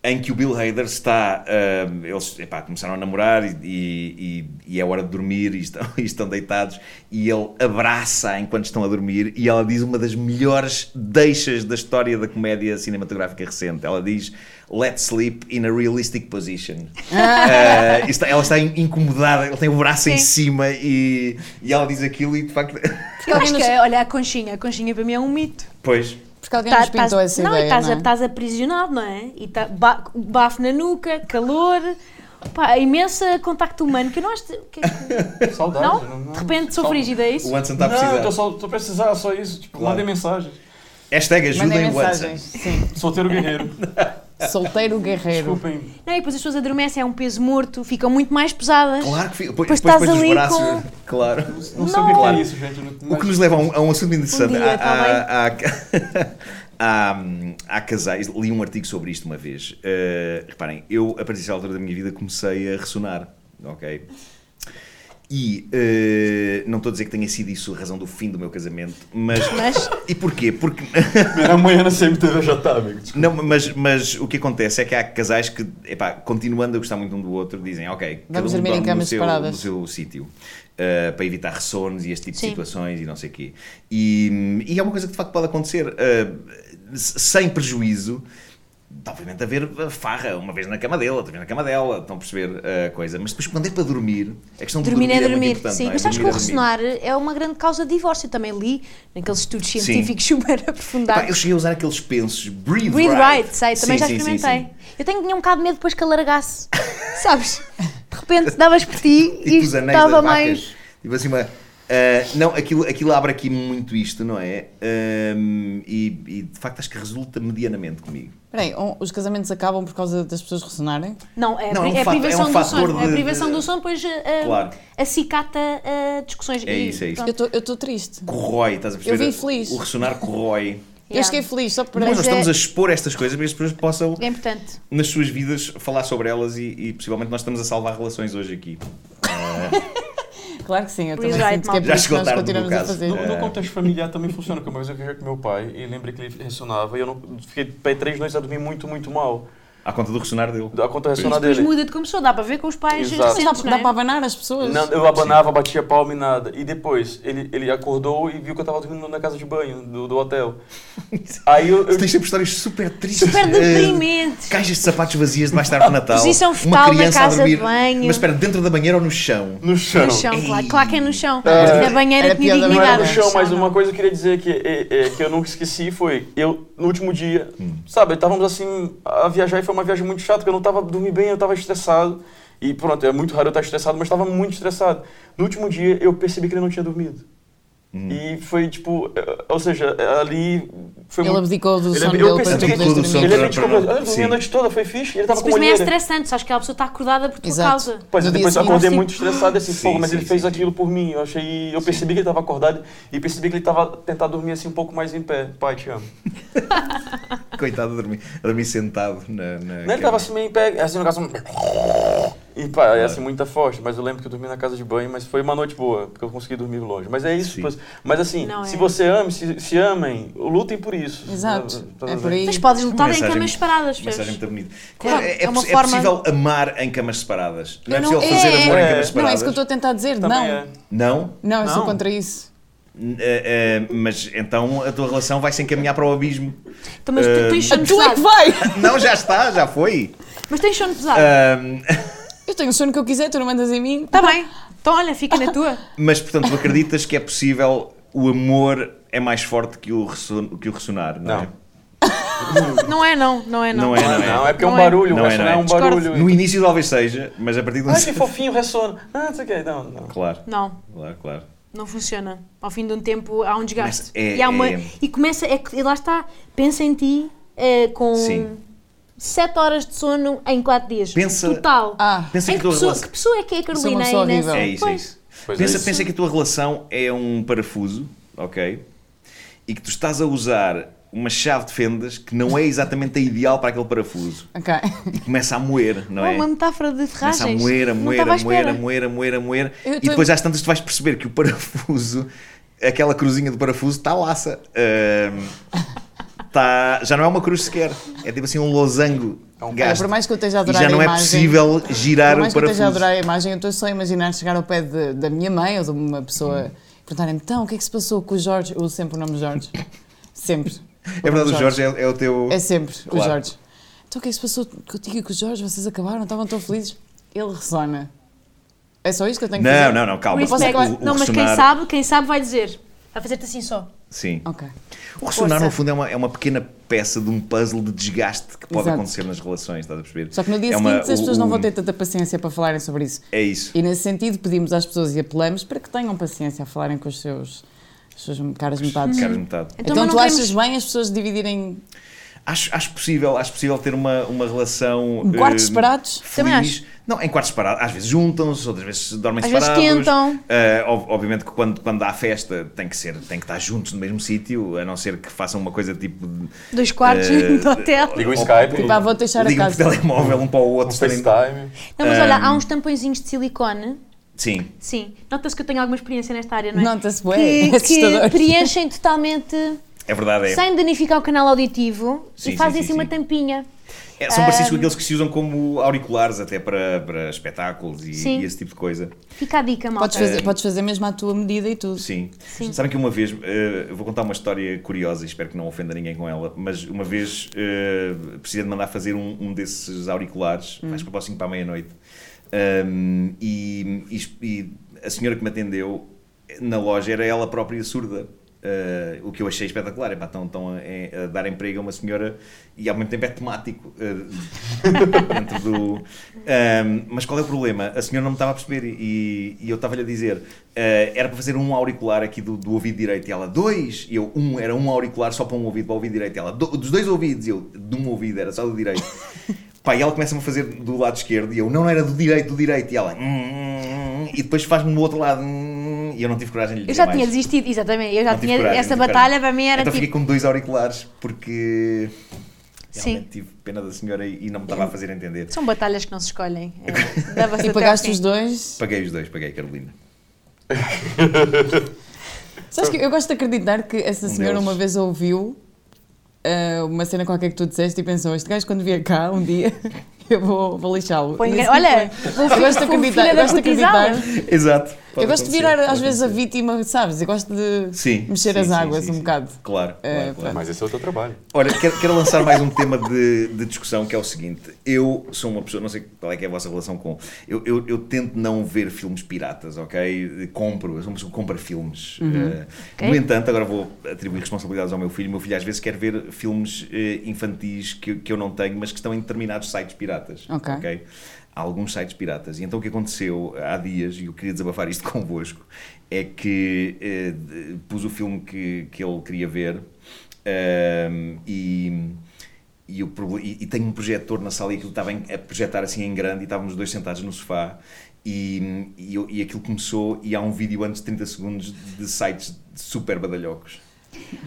em que o Bill Hader está. ahm, eles epá, começaram a namorar e, e- e é hora de dormir e estão, <laughs> e estão deitados e ele abraça enquanto estão a dormir e ela diz uma das melhores deixas da história da comédia cinematográfica recente. Ela diz: Let's sleep in a realistic position. Ah, está- ela está in- incomodada, ele tem o braço em cima e, e ela diz aquilo e de facto. <laughs> Eu acho que, é, olha, a conchinha, a conchinha para mim é um mito. Pois. Porque alguém Tá- nos pintou tás- essa não, ideia, e estás, não é? estás aprisionado, não é? E tá, ba- bafo na nuca, calor, pá, imensa contacto humano, que eu não acho... que- é <laughs> que- Saudades. não? De repente sou frígida, é isso? O tá Anson está a Não, eu tô precisar. só, tô precisando, só isso. Tipo, Claro. mandem mensagem. Hashtag Mandei ajudem o mensagens. Anson. <laughs> Sim. Solteiro guerreiro. Solteiro guerreiro. Desculpem. Não, e depois as pessoas adormecem, é um peso morto, ficam muito mais pesadas. Claro que fica. Depois, Pois estás depois dos ali braços. com- Claro. Não sei o que é isso, gente. O que nos leva a um, a um assunto interessante. Um dia, Há- tá há- há- há- <laughs> há casais, li um artigo sobre isto uma vez. Uh, reparem, eu a partir dessa altura da minha vida comecei a ressonar, ok? E uh, não estou a dizer que tenha sido isso a razão do fim do meu casamento, mas. Mas- <laughs> E porquê? Porque. Primeira manhã na CMTV já tá, amigo. Não, mas, mas o que acontece é que há casais que, epá, continuando a gostar muito um do outro, dizem, ok, cada Vamos um dormir em dorme no camas seu, separadas." no seu sítio, ah, para evitar ressonos e este tipo Sim. de situações e não sei o quê. E, e é uma coisa que de facto pode acontecer, ah, se- sem prejuízo, de obviamente haver eh, farra, uma vez na cama dele, outra vez na cama dela, estão a perceber a coisa. Mas depois quando é para dormir, a questão de dormir, Dormir é muito dormir, importante, sim. não é? Mas sabes que Dormir o é dormir. ressonar é uma grande causa de divórcio. Eu também li naqueles estudos científicos <laughs> super Pá, eu aprofundados. cheguei a usar aqueles pensos, breathe, Breathe right. right, sei, também é Sim, já sim, sim, experimentei. sim. Eu tenho tinha um bocado de medo depois que alargasse, <laughs> sabes? De repente davas por ti e <laughs> tipo os anéis das estava vacas. mais. Tipo assim, uma, ah, não, aquilo, aquilo abre aqui muito isto, não é? Ahm, e, e, de facto acho que resulta medianamente comigo. Espera aí, um- os casamentos acabam por causa das pessoas ressonarem? Não, é, a Não, pri- é um é a fato- é privação um do fator sono. É a de- privação de- do sono, depois ah, Claro. acicata ah, discussões. É E isso, é isso. pronto. Eu estou triste. Corrói, estás a perceber? Eu vi feliz. O ressonar corrói. Eu Yeah. fiquei feliz só por Mas, Mas nós é- estamos a expor estas coisas para que as pessoas possam, É importante. nas suas vidas, falar sobre elas e, e possivelmente nós estamos a salvar relações hoje aqui. Claro que sim, eu Breathe também right, sinto que malta. é por Já isso que chegou nós tarde no continuamos a caso. fazer. No, É. no contexto familiar também funciona, porque uma vez eu viajei com meu pai e lembrei que ele ressonava e eu não, fiquei pé três noites a dormir muito, muito mal. À conta do ressonar dele. A conta E racional depois dele. muda de como sou, dá para ver com os pais Exato. Mas dá, recentes, não dá é? para abanar as pessoas? Não, eu abanava, batia palma e nada. E depois, ele, ele acordou e viu que eu tava dormindo na casa de banho do, do hotel. Aí eu, eu Tu tens sempre histórias super tristes. Super eh, deprimentes. Caixas de sapatos vazias debaixo da árvore de Natal. Posição uma é um fetal na criança casa a dormir. de banho. Mas espera, dentro da banheira ou no chão? no chão. No chão, claro. Claro que é no chão. Ah, Na banheira era tinha piada, não era Não dignidade. era no chão, mas não. uma coisa que eu queria dizer que, é- é- que eu nunca esqueci foi, eu, no último dia, sabe, estávamos assim a viajar e foi uma viagem muito chata, porque eu não tava dormindo bem, eu tava estressado. E pronto, é muito raro eu estar estressado, mas estava muito estressado. No último dia, eu percebi que ele não tinha dormido. E foi tipo, eh, ou seja, eh, ali foi Ele muito... abdicou do Ele sono ab- dele eu para tu pensei que poderes abdicou do sono dormir. Ele tipo, para- realmente para- comprou. Eu dormi sim. a noite toda, foi fixe. Ele tava Mas com também é olheira. estressante, sabes que a pessoa está acordada por tua Exato. causa. Pois No é, dia depois eu seguinte, acordei tipo, muito estressado assim, Sim, pô, mas sim, ele fez sim, aquilo por mim. Eu achei, eu percebi que ele tava acordado e percebi que ele tava tentando dormir assim um pouco mais em pé. Pai, te amo. <laughs> Coitado, a dormir, a dormir sentado na. na Ele cama. tava assim meio em pé, assim no caso um... E pá, é assim muita forte, mas eu lembro que eu dormi na casa de banho, mas foi uma noite boa, porque eu consegui dormir longe. Mas é isso, Sim. pois- mas assim, Não se é. você ama, se, se amem, lutem por isso. Exato. Tá É vendo? por aí. Mas podes lutar em Mensagem- camas separadas, Mensagem percebes? muito bonita. Claro, Claro, é, é uma possi- forma- é possível amar em camas separadas. Não é Eu não- possível fazer amor é, em é. camas Não, é separadas. isso que eu estou a tentar dizer. Também Não. é. Não? Não, eu sou Não. contra isso. N- eh, eh, mas então a tua relação vai se encaminhar para o abismo. Então, Mas Eh, tu tens sono Tu é que pesado. vai! Não, já está, já foi. Mas tens sono pesado. Eh. Ahm, <laughs> Eu tenho o sono que eu quiser, tu não mandas em mim. Tá Está bem. Então, olha, fica na tua. mas portanto, tu acreditas que é possível o amor é mais forte que o, resson- que o ressonar? Não, é? Não é não, não é não. Não é, não é. Não, é porque é um Não é. barulho, Não o é, resto não não é. é um Discordo. barulho. No início talvez seja, mas a partir do. Ai, que fofinho, ressona. Ah, não sei o que. Não, não. Claro, Não, claro, claro. não funciona. Ao fim de um tempo há um desgaste. Mas é- e, há uma, é- e começa, é, que- e lá está, pensa em ti eh, com Sim. 7 horas de sono em 4 dias. Pensa- Total. Ah, Pensa Em que, que, a tua pessoa, relação- que pessoa é que é a Sou uma Carolina pessoa aí nessa? horrível. É isso, é isso. Pois é Pensa, isso. pensa que a tua relação é um parafuso, ok? E que tu estás a usar uma chave de fendas que não é exatamente a ideal para aquele parafuso. ok. E começa a moer, não Oh, é? Uma metáfora de ferragens. Começa a moer, a Não moer, estava à a moer, a espera. moer, a moer, a moer. Eu E tô- depois às tantas tu vais perceber que o parafuso, aquela cruzinha do parafuso, está laça. Ahm, tá- já não é uma cruz sequer. É tipo assim um losango. É Olha, um gasto. por mais que eu esteja a e adorar já não a é imagem, possível girar por o mais que eu esteja a adorar parafuso. a imagem, eu estou só a imaginar chegar ao pé de- da minha mãe ou de uma Hum. pessoa e perguntarem-me, então, o que é que se passou com o Jorge? Eu uso sempre o <laughs> nome Jorge. Sempre. É verdade, o Jorge é, é o teu. É sempre o Claro. Jorge. Então o que é que se passou contigo e com o Jorge? Vocês acabaram? Estavam tão felizes? Ele ressona. É só isto que eu tenho que Não, fazer? não, não, calma. Respect. O- o- o é não, mas quem ressonar- sabe, quem sabe vai dizer. Vai fazer-te assim só. Sim. Ok. O ressonar, Força. no fundo, é uma, é uma pequena peça de um puzzle de desgaste que pode Exato. acontecer nas relações, estás a perceber? Só que no dia É uma- seguinte as o- pessoas não o- vão ter tanta paciência para falarem sobre isso. É isso. E nesse sentido pedimos às pessoas e apelamos para que tenham paciência a falarem com os seus, os seus caras metades. Hum. Caras metade. Então, mas tu não queremos- achas bem as pessoas dividirem Acho, acho possível, acho possível ter uma, uma relação. Em quartos eh, separados? feliz. Também acho. Não, em quartos separados. Às vezes juntam-se, outras vezes dormem Às vezes separados. quentam. Eh, ob- obviamente que quando, quando há festa tem que, ser, tem que estar juntos no mesmo sítio, a não ser que façam uma coisa tipo. de- Dois quartos eh, do hotel. Liga o Skype, Pá, Tipo, ah, vou deixar a ligam por casa. telemóvel um para o outro. um estarem- FaceTime. Não, mas olha, um- há uns tampõezinhos de silicone. Sim. Sim. Nota-se que eu tenho alguma experiência nesta área, não é? Nota-se, ué, é que, <laughs> que assustador. preenchem totalmente, É verdade, é. sem danificar o canal auditivo, Sim, e fazem sim, assim sim, uma sim. tampinha. É, são parecidos com aqueles que se usam como auriculares até para, para espetáculos e, Sim. e esse tipo de coisa. Fica a dica, malta. Podes fazer, podes fazer mesmo à tua medida e tudo. Sim. Sabem que uma vez, eh, eu vou contar uma história curiosa e espero que não ofenda ninguém com ela, mas uma vez eh, precisei de mandar fazer um, um desses auriculares, faz propósito para a meia-noite, Ahm, e, e es- e a senhora que me atendeu na loja era ela própria surda. eh, o que eu achei espetacular, Epá, estão, estão a, eh, a dar emprego a uma senhora e ao mesmo tempo é temático eh, dentro do. Ahm, mas qual é o problema? A senhora não me estava a perceber e, e eu estava-lhe a dizer: eh, era para fazer um auricular aqui do, do ouvido direito e ela dois, e eu um, era um auricular só para um ouvido, para o ouvido direito e ela "Do- dos dois ouvidos, e eu de um ouvido, era só do direito. Pá, e ela começa-me a fazer do lado esquerdo e eu, não, não era do direito, do direito. E ela, "Hum, hum, hum", e depois faz-me do outro lado, "Hum", e eu não tive coragem de lhe Eu dizer já mais. tinha desistido, exatamente. Eu já Não tive tinha. coragem, essa não tive batalha coragem. para mim era Então tipo. fiquei com dois auriculares, porque Sim. realmente tive pena da senhora e e não me estava a fazer entender. São batalhas que não <laughs> se escolhem. É, assim. dava-se E até pagaste ao os fim. dois. Paguei os dois, paguei a Carolina. Um Sabes que eu gosto de acreditar que essa senhora deles. uma vez ouviu ah, uma cena qualquer que tu disseste e pensou: este gajo, quando vier cá um dia, <laughs> eu vou, vou lixá-lo. Põe- E assim olha, foi. eu gosto de vou filha acreditar. da Gosto de cortisala. <laughs> acreditar. Exato. Eu Pode gosto de acontecer, virar às pode vezes a acontecer. vítima, sabes? Eu gosto de Sim. mexer sim, as sim, águas sim, um sim. bocado. Claro. Eh, claro, claro. Mas esse é o teu trabalho. Olha, quero, quero lançar mais um tema de, de discussão que é o seguinte. Eu sou uma pessoa, não sei qual é que é a vossa relação com. Eu, eu, eu tento não ver filmes piratas, ok? Compro, eu sou uma pessoa que compra filmes. Uhum. Eh, No entanto, agora vou atribuir responsabilidades ao meu filho. O meu filho às vezes quer ver filmes eh, infantis que, que eu não tenho, mas que estão em determinados sites piratas. Ok. ok? Há alguns sites piratas. E então o que aconteceu há dias, e eu queria desabafar isto <laughs> convosco, é que eh, de- pus o filme que, que ele queria ver ahm, e, e, o, proble- e, e tenho um projetor na sala e aquilo estava em- a projetar assim em grande e estávamos os dois sentados no sofá e, e, eu- e aquilo começou e há um vídeo antes de 30 segundos de sites super badalhocos.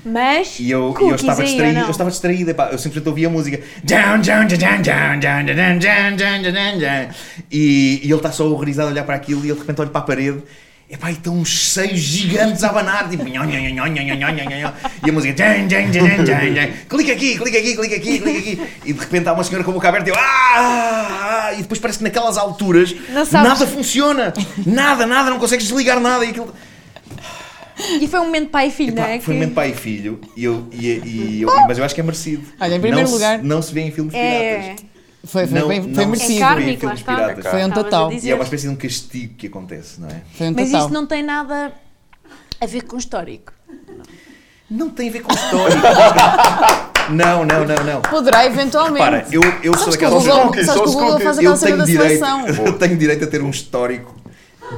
Mas. E eu, e eu cookies estava aí, distraído, ou eu não? estava distraído, epá, eu simplesmente ouvia a música. Down, down, down, down, down, down, down, down, down, down, down. E, e ele está só horrorizado a olhar para aquilo e ele de repente olha para a parede. Epá, e estão uns seios gigantes a abanar, tipo, nho, nho, nho, nho, nho, nho, nho, nho, nho, nho. e a música, dun, dun, dun, dun, dun, dun. clica aqui, clica aqui, clica aqui, clica aqui, e de repente há uma senhora com a boca aberta e eu, "Ah, ah, ah", e depois parece que naquelas alturas Não sabes. nada funciona, nada, nada, não consegues desligar nada, e aquilo, E foi um momento pai e filho, Epá, não é? Foi Que- mesmo pai e filho, e eu, e, e eu- mas eu acho que é merecido. Olha, em primeiro não lugar- Se, não se vê em filmes É. piratas. Foi, foi, não, bem- não foi se merecido. É vê kármico, em filmes lá está. um piratas. Foi um Estavas a total. dizer. E é uma espécie de um castigo que acontece, não é? Foi um Mas total. isso não tem nada a ver com o histórico. Não tem a ver com história. <laughs> não, não, não, não. Poderá eventualmente. Para, eu, eu sou Sabes que daquela o Google, cookies, sabes só que o os Google faz eu aquela cena tenho, da direito, <laughs> seleção. eu tenho direito a ter um histórico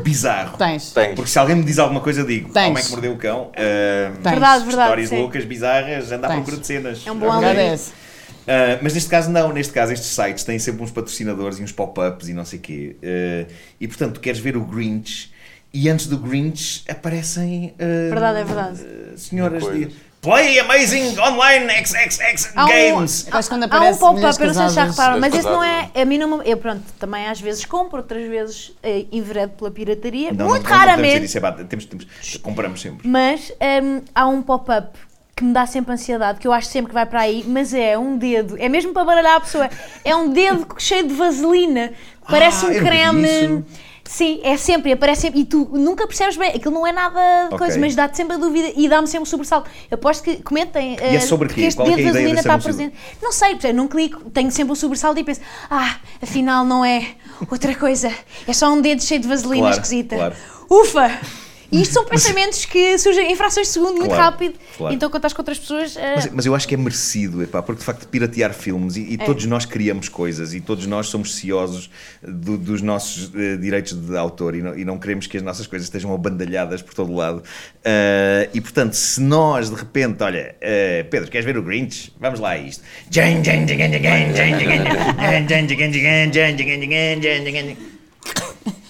bizarro. Tens. Tem. Porque se alguém me diz alguma coisa, eu digo: Tens. Homem que mordeu o cão. ah, Tens. Verdade, verdade. histórias sim. loucas, bizarras, andar à Tens. procura de cenas. É um bom Ok? alerta. Agradece. Uh, mas neste caso não, neste caso estes sites têm sempre uns patrocinadores e uns pop-ups e não sei quê. Uh, e portanto, tu queres ver o Grinch e antes do Grinch aparecem uh, Verdade, é verdade. uh, senhoras de Coisas. Play Amazing Online XXX Há um- Games. Depois quando Há um aparece mulheres pop-up, eu não sei se já casadas. repararam, mas Mulheres esse não é. casadas, A mim não me- Eu, pronto, também às vezes compro, outras vezes eh, enveredo pela pirataria. Não, não- Muito não, não podemos dizer raramente. isso, é pá, temos, temos, compramos sempre. Mas hum, há um pop-up que me dá sempre ansiedade, que eu acho sempre que vai para aí, mas é um dedo. É mesmo para baralhar a pessoa. É um dedo cheio de vaselina. Parece Ah, um eu vi isso. creme. Sim, é sempre, aparece sempre. E tu nunca percebes bem, aquilo não é nada de Ok. coisa, mas dá-te sempre a dúvida e dá-me sempre um sobressalto. Aposto que comentem. E é eh, sobre porque quê? este Qual é dedo que é de a ideia vaselina desse está anúncio? presente. Não sei, portanto, não clico, tenho sempre um sobressalto e penso, ah, afinal não é outra coisa, é só um dedo cheio de vaselina Claro, esquisita. claro. Ufa! E <laughs> isto são pensamentos que surgem em frações de segundo muito Claro, rápido. claro. Então, quando estás com outras pessoas. eh, Mas, mas eu acho que é merecido, epá, porque de facto piratear filmes e, e todos nós criamos coisas e todos nós somos ciosos do- dos nossos eh, direitos de autor e não, e não queremos que as nossas coisas estejam abandalhadas por todo lado. Ah, e portanto, se nós de repente, olha, eh, Pedro, queres ver o Grinch? Vamos lá a isto.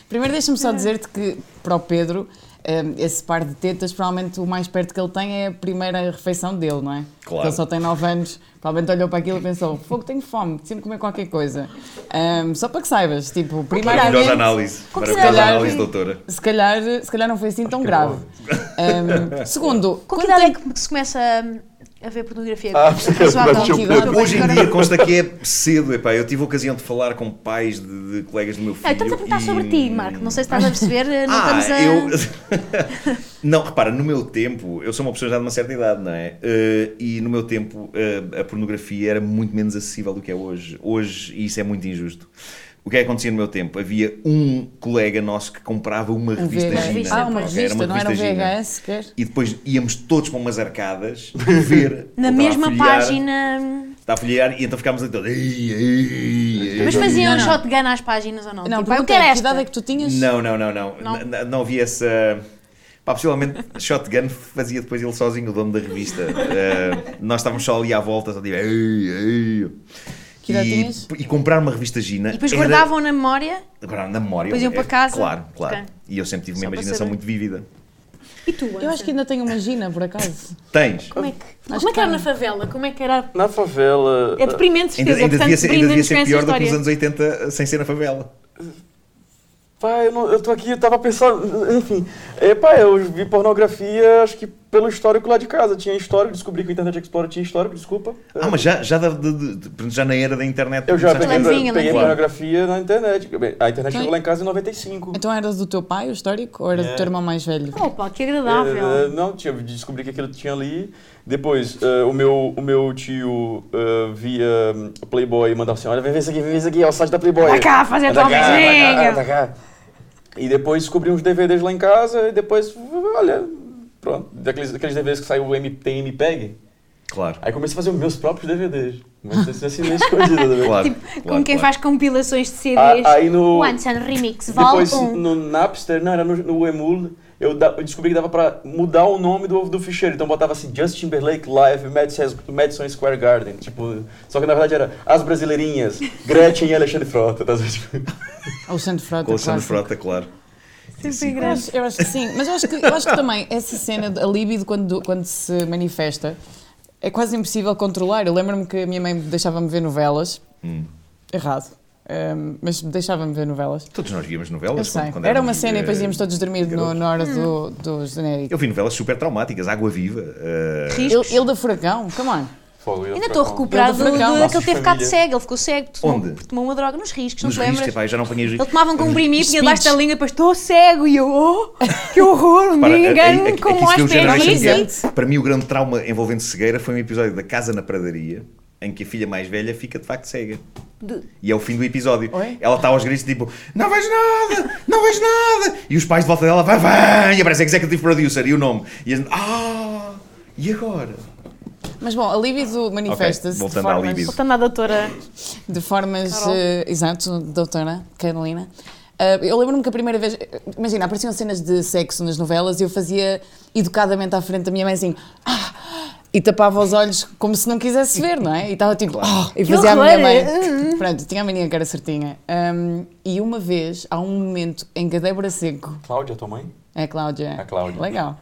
Primeiro deixa-me só dizer-te que para o Pedro, hum, esse par de tetas, provavelmente o mais perto que ele tem é a primeira refeição dele, não é? Claro. Porque Ele só tem 9 anos, provavelmente olhou para aquilo e pensou: fogo, tenho fome, sempre comer qualquer coisa. Hum, só para que saibas, tipo, Maravilhosa primeiramente. análise. Com que Maravilhosa idade? análise, doutora. Se calhar, se calhar não foi assim tão grave. Hum, segundo, com que quando idade tem- é que se começa a, a ver pornografia? Ah, Razoável. mas eu- Contigo. Então, Hoje em dia consta que é cedo, epá, eu tive a ocasião de falar com pais de, de colegas do meu filho. Ah, estamos a perguntar e- sobre ti, Marco. Não sei se estás a perceber. eh, Não Ah, estamos a. eu. <laughs> não, repara, no meu tempo, eu sou uma pessoa já de uma certa idade, não é? Eh, e no meu tempo eh, a pornografia era muito menos acessível do que é hoje. Hoje, e isso é muito injusto. O que é que acontecia no meu tempo? Havia um colega nosso que comprava uma revista VHS. Gina. Ah, uma ok? revista, não era um Gina. VHS sequer. E depois íamos todos para umas arcadas <laughs> ver. ele estava Na a mesma folhear, página. Está a folhear e então ficámos ali todos. "Ei, ei, ei, ei". Mas faziam Não, não. shotgun às páginas ou não? Não, tipo, "Ah, eu pergunta quero é, que esta. idade é que tu tinhas? Não, não, não, não. Não? N- n- Não, havia essa. Pá, possivelmente Shotgun fazia depois ele sozinho o dono da revista. Eh, nós estávamos só ali à volta, só tipo. "Ei, ei". Que idade e, tinhas? e comprar uma revista Gina. E depois era- guardavam na memória. Guardavam na memória. Depois iam é- para casa. Claro, claro. Ok. E eu sempre tive uma Só para imaginação saber. muito vívida. E tu? Eu acho que ainda tenho uma Gina, por acaso. Tens. Como é que, Acho como é que que era tem. na favela? Como é que era? Na favela. É deprimente, de Ainda, certeza. ainda devia Portanto, ser, ainda devia brinda-nos ser com essa pior do que nos história. anos 80 sem ser na favela. Pá, eu, não- eu tô aqui, eu tava pensando. Enfim. É, pá, eu vi pornografia, acho que pelo histórico lá de casa. Tinha histórico, descobri que o Internet Explorer tinha histórico, desculpa. Ah, mas já, já, da- de- de- de- já na era da internet. Eu já começaste a peguei, ver. Lãzinha, peguei lãzinha. pornografia na internet. Bem, A internet Então- chegou lá em casa em 95. Então era do teu pai, o histórico, ou era do teu irmão mais velho? Opa, que agradável. Eh, não, tinha, descobri que aquilo tinha ali. Depois, eh, o, meu, o meu tio eh, via hum, Playboy e mandava assim, olha, vem ver isso aqui, vem ver isso aqui, é o site da Playboy. Vai cá fazer a Anda tua cá, vizinha. anda cá, anda cá. E depois descobri uns DVDs lá em casa e depois, olha, pronto. Daqueles, daqueles DVDs que saiu o M, tem MPEG. Claro. Aí comecei a fazer os meus próprios DVDs. Mas isso é assim meio escondido, <laughs> né? Claro, Tipo, Como quem faz compilações de CDs. A- Aí no... One Sun Remix, Vol Depois 1. no Napster, não, era no, no Emul, eu, da- eu descobri que dava pra mudar o nome do, do ficheiro. Então botava assim, Justin Timberlake Live, Madison, Madison Square Garden. Tipo, só que na verdade era As Brasileirinhas, Gretchen e Alexandre Frota. Tá? Tipo, <laughs> Alexandre Frota, Com o Alexandre clássico. Frota, claro. Eu acho, eu acho que sim, mas eu acho que, eu acho que também essa cena, de- a libido quando, quando se manifesta, é quase impossível controlar. Eu lembro-me que a minha mãe deixava-me ver novelas, Hum. errado, ehm, mas deixava-me ver novelas. Todos nós víamos Eu novelas. sei, quando- quando era éramos, uma cena e depois eh, íamos todos dormir no, na hora do, do genérico. Eu vi novelas super traumáticas, Água Viva. eh, Ele, ele da Furacão, come on. é Ainda estou a Eu recuperar do do, Furacão. do, Nossos que ele teve ficado família. cego, ele ficou cego, tomou, Onde? porque tomou uma droga nos riscos, não nos te riscos, é lembras? epá, eu já não apanhei os Ele riscos. tomava um comprimido, tinha debaixo da Speech. língua, depois estou cego, e eu, oh, que horror, um Para, é, dia aqui- engano aqui- como aqui se vê o aos Generation é é Gap. pés. Para mim, o grande trauma envolvendo cegueira foi um episódio da Casa na Pradaria, em que a filha mais velha fica de facto cega. E é o fim do episódio. Oi? Ela está aos gritos, tipo, não vejo nada, não vejo nada. E os pais de volta dela, vai, vai, e aparece executive producer e o nome. E a gente, ah, e agora? Mas bom, a libido manifesta-se de voltando à formas... libido. Voltando à doutora. De formas. eh, exato, doutora Carolina. Ah, eu lembro-me que a primeira vez. eh, Imagina, apareciam cenas de sexo nas novelas e eu fazia educadamente à frente da minha mãe assim. "Ah!" e tapava os olhos como se não quisesse ver, não é? E estava tipo. "Ah!" e fazia a minha mãe. Pronto, tinha a mania que era certinha. Ahm, e uma vez, há um momento em Cadebra Seco. Cláudia, tua mãe? É a Cláudia. A Cláudia. Legal.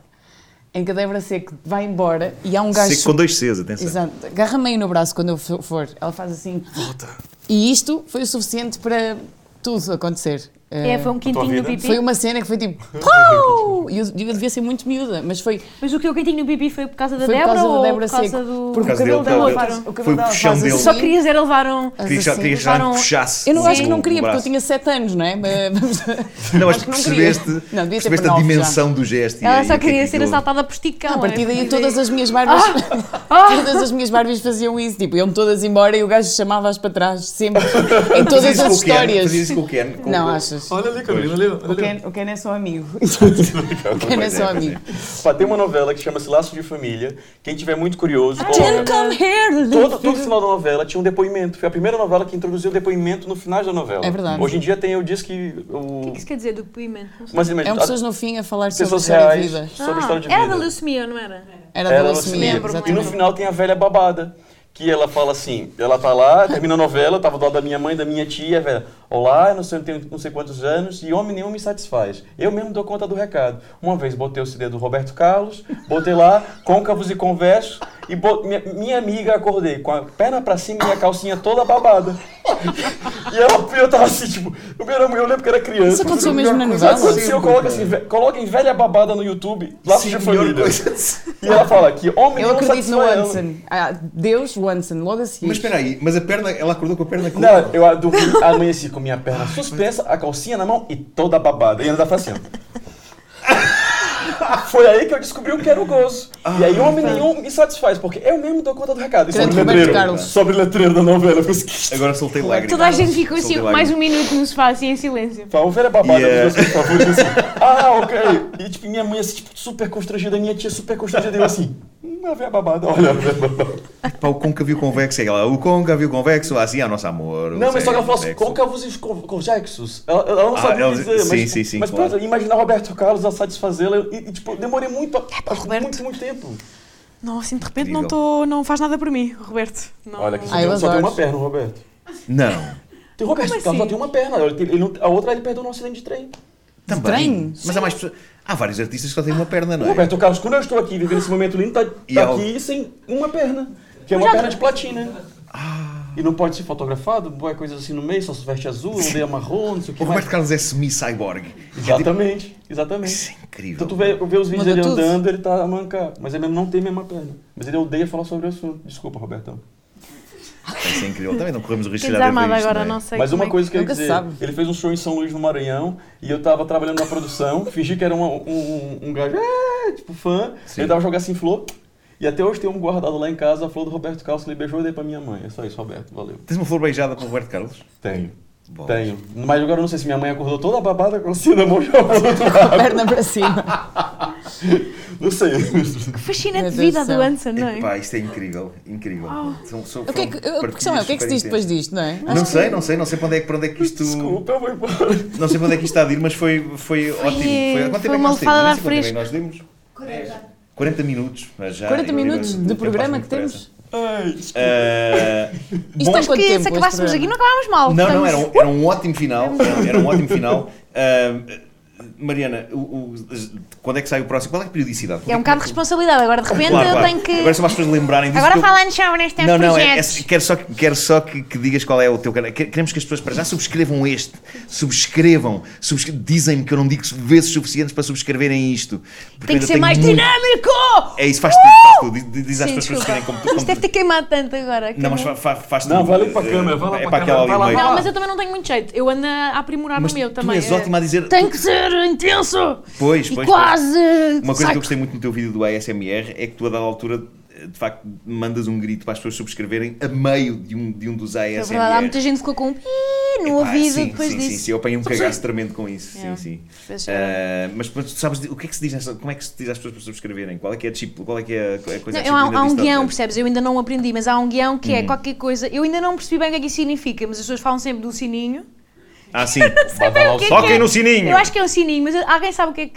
Em Cadebra Seco vai embora e há um gajo. Seco com dois Cs, atenção. Exato. Agarra-me aí no braço quando eu fo- for. Ela faz assim. Volta. E isto foi o suficiente para tudo acontecer. Eh, É, foi um quintinho no vida? pipi. foi uma cena que foi tipo. "Pau!" E eu, eu devia ser muito miúda, mas foi, Mas o que o quintinho no pipi foi por causa da foi por Débora causa da ou Débora por causa Seco. do... Porque o causa cabelo dele, dela dela. faz. O Foi o cabelo dela puxão faz dele. assim. Só querias era levar um... faz Queria já assim. queria já levaram- puxasse. Eu não o- acho que não o queria, porque eu braço. tinha 7 anos, não é? Mas- <laughs> Não, mas acho que não queria. percebeste, Não, devia ter percebeste a nove já. dimensão do gesto. e- Ela e só o que é queria que ser aquilo- assaltada por esticão. A partir daí todas as minhas barbas <laughs> todas as minhas barbas faziam isso, tipo, iam todas embora e o gajo chamava-as para trás, <laughs> sempre, em Fazia todas isso as com o Ken, histórias. Fazia isso com o Ken. com- Não, com- achas? Olha ali, Camila, olha ali. O Ken, o Ken é só amigo. o Ken é Pois é, só pois amigo. Pá, tem uma novela que chama-se Laço de Família. Quem tiver muito curioso, Didn't coloca. come here, Todo, little todo finger. final da novela tinha um depoimento. Foi a primeira novela que introduziu o depoimento no final da novela. É verdade. Hoje em dia tem o disco que. O... O que isso quer dizer do poimento? Não sei. Mas imagina, É um pessoas no fim a falar sobre a pessoas história de reais vida. Ah, sobre a história de vida. Era da leucemia, não era? É. Era Era da a leucemia, leucemia. E no exatamente. final tem a velha babada. Que ela fala assim, ela tá lá, termina a novela, eu tava do lado da minha mãe, da minha tia, velha. Olá, eu não sei, eu tenho não sei quantos anos e homem nenhum me satisfaz. Eu mesmo dou conta do recado. Uma vez botei o CD do Roberto Carlos, botei <laughs> lá, côncavos e conversos, e bo- minha, minha amiga acordei com a perna pra cima e a calcinha toda babada. <laughs> E ela, eu tava assim, tipo, eu, era, eu lembro que era criança. Isso aconteceu Foi a mesmo melhor na coisa que novela? aconteceu, coloca assim, ve- coloquem velha babada no YouTube, laços de melhor família. coisa. E ela fala que homem Eu não acredito no satisfaz- Anson. Ah, Deus, o Anson, logo a seguir. Mas espera aí, mas a perna, ela acordou com a perna Não, colada. eu dormi, amanheci com minha perna suspensa, a calcinha na mão e toda babada. E ainda <laughs> fazendo. Foi aí que eu descobri o que era o gozo. e aí homem nenhum me satisfaz, porque eu mesmo dou conta do recado. E Ah, tá. Grande sobre o Roberto letreiro, Carlos. sobre o letreiro da novela, eu fiz... Agora soltei lágrimas. Toda a gente ficou Soltei assim, lágrimas. mais um minuto no sofá, assim, em silêncio. Pá, ovelha é babada E, eh, dos meus favoritos, assim. Ah, ok. E tipo, minha mãe assim, tipo, super constrangida, minha tia super constrangida, e eu assim... Hum, ovelha babada, olha a ovelha babada. Pá, o côncavo convexo, é ela, o côncavo convexo, assim, ah, nosso amor. Não, mas só que ela falou assim, convexo. côncavos e con- convexos. Ela, ela não um Ah, sabia ela- dizer, sim, mas, sim, sim, mas claro. pronto, imaginar Roberto Carlos a satisfazê-la e, e, tipo, eu demorei É, muito, a- acho, que muito, muito tempo. Não, assim, de repente Incrível. não, tô, não faz nada por mim, Roberto. Não. Olha, que só, Ah, eu tem, só tem adoro. assim? uma perna, o Roberto. Não, Tem o Roberto Carlos, só tem uma perna. Ele, tem- ele não- a outra ele perdeu no acidente de trem. também. Mas há mais pessoas. Há vários artistas que só têm uma perna, O não é? Roberto Carlos, quando eu estou aqui vivendo esse momento lindo, tá, E é tá a- aqui sem uma perna. Que é uma tá. perna de platina. Ah. E não pode ser fotografado, boa coisa assim no meio, só se veste azul, odeia marrom, não sei o que O mais. Roberto Carlos é semi-cyborg. É tipo- Exatamente, exatamente. é incrível. Então tu vê, vê os vídeos Mudou dele tudo? andando, ele tá a mancar. Mas ele não tem a mesma perna. Mas ele odeia falar sobre o assunto. Desculpa, Robertão. Isso é incrível. Também não corremos o risco de Fiquei olhar desarmada para isto, agora, não não é? Tá sei Mas como uma é que- coisa que eu ia nunca se dizer, sabe. ele fez um show em São Luís, no Maranhão, e eu tava trabalhando na produção, <laughs> fingi que era uma- um, um, um gajo, "Ah", tipo, fã, Sim. ele tava jogando assim, flor, e até hoje tem um guardado lá em casa, a flor do Roberto Carlos, que ele beijou e dei pra minha mãe. É só isso, Roberto, valeu. Tens uma flor beijada com o Roberto Carlos? Tenho. Bolas. Tenho. Mas agora eu não sei se minha mãe acordou toda babada com o cinnamon já Perna para cima. <laughs> Não sei. Fascinante Meu Deus vida do céu. do Anson, não é? Epá, isto é incrível, incrível. São, são, <laughs> O que é que, a questão é, o que é que se diz depois disto, não é? Não sei, não sei, não sei para onde é que, para onde é que isto. <laughs> Desculpa, eu vou <laughs> embora. Não sei para onde é que isto está a ir, mas foi, foi ótimo. Foi, quanto tempo é foi que uma nós temos? almofada Nem sei quanto tempo é de ar que fresco. nós demos? 40 minutos. Mas já 40 eu- minutos eu- de eu- programa eu- que temos. Ai, desculpa. Eh, Isto bom, está quanto Que tempo? se acabássemos este aqui, programa? não acabávamos mal. Não, não, portanto. era um, era um ótimo final. Era, era um ótimo final. Ah, Mariana, o- o- quando é que sai o próximo? Qual é a periodicidade? É um bocado de responsabilidade, agora de repente Claro, eu claro. tenho que. Agora são as pessoas lembrarem disso. Agora que eu- falando sobre nestes Não, não, é, é, projetos. quero só, que- quero só que, que digas qual é o teu canal. Que- Queremos que as pessoas para já subscrevam este. Subscrevam. Subscre- Dizem-me que eu não digo vezes suficientes para subscreverem isto. Porque Tem eu que ainda ser tenho mais muito- dinâmico! É isso, faz tudo. Faz tudo. Diz- Diz às Sim, pessoas para desculpa. subscreverem como tu. Isto deve ter queimado tanto agora. Não, mas acabou. fa- fa- faz Não, tudo. vai ali para a Eh, câmera, vai lá É para a para aquela ali câmera, vai no lá, meio. vai Não, lá. mas eu também não tenho muito jeito. Eu ando a aprimorar Mas o meu tu também. é. Eh, és ótima a dizer. Tem que ser intenso! Pois, E pois, quase! Uma coisa que sai- eu gostei muito no teu vídeo do ASMR é que tu, a dada altura, de facto, mandas um grito para as pessoas subscreverem a meio de um, de um dos ASMR. É verdade, há muita gente que ficou com um pi no Epá, ouvido sim, depois sim, disso. É. Sim, sim, eu apanhei um cagaço tremendo com isso. Yeah. Sim, Fez sim. Ah, mas depois tu sabes o que é que se diz, nessa- como é que se diz às pessoas para subscreverem? Qual é que é a, disciplina- qual é que é a co- a coisa Não, a eu- há, disciplina há um disto guião, toda? percebes? Eu ainda não aprendi, mas há um guião que é Hum. qualquer coisa. Eu ainda não percebi bem o que é que isso significa, mas as pessoas falam sempre do sininho. Ah, <laughs> sim. Bota lá o que é Toquem que é? no sininho! Eu acho que é um sininho, mas alguém sabe o que é que.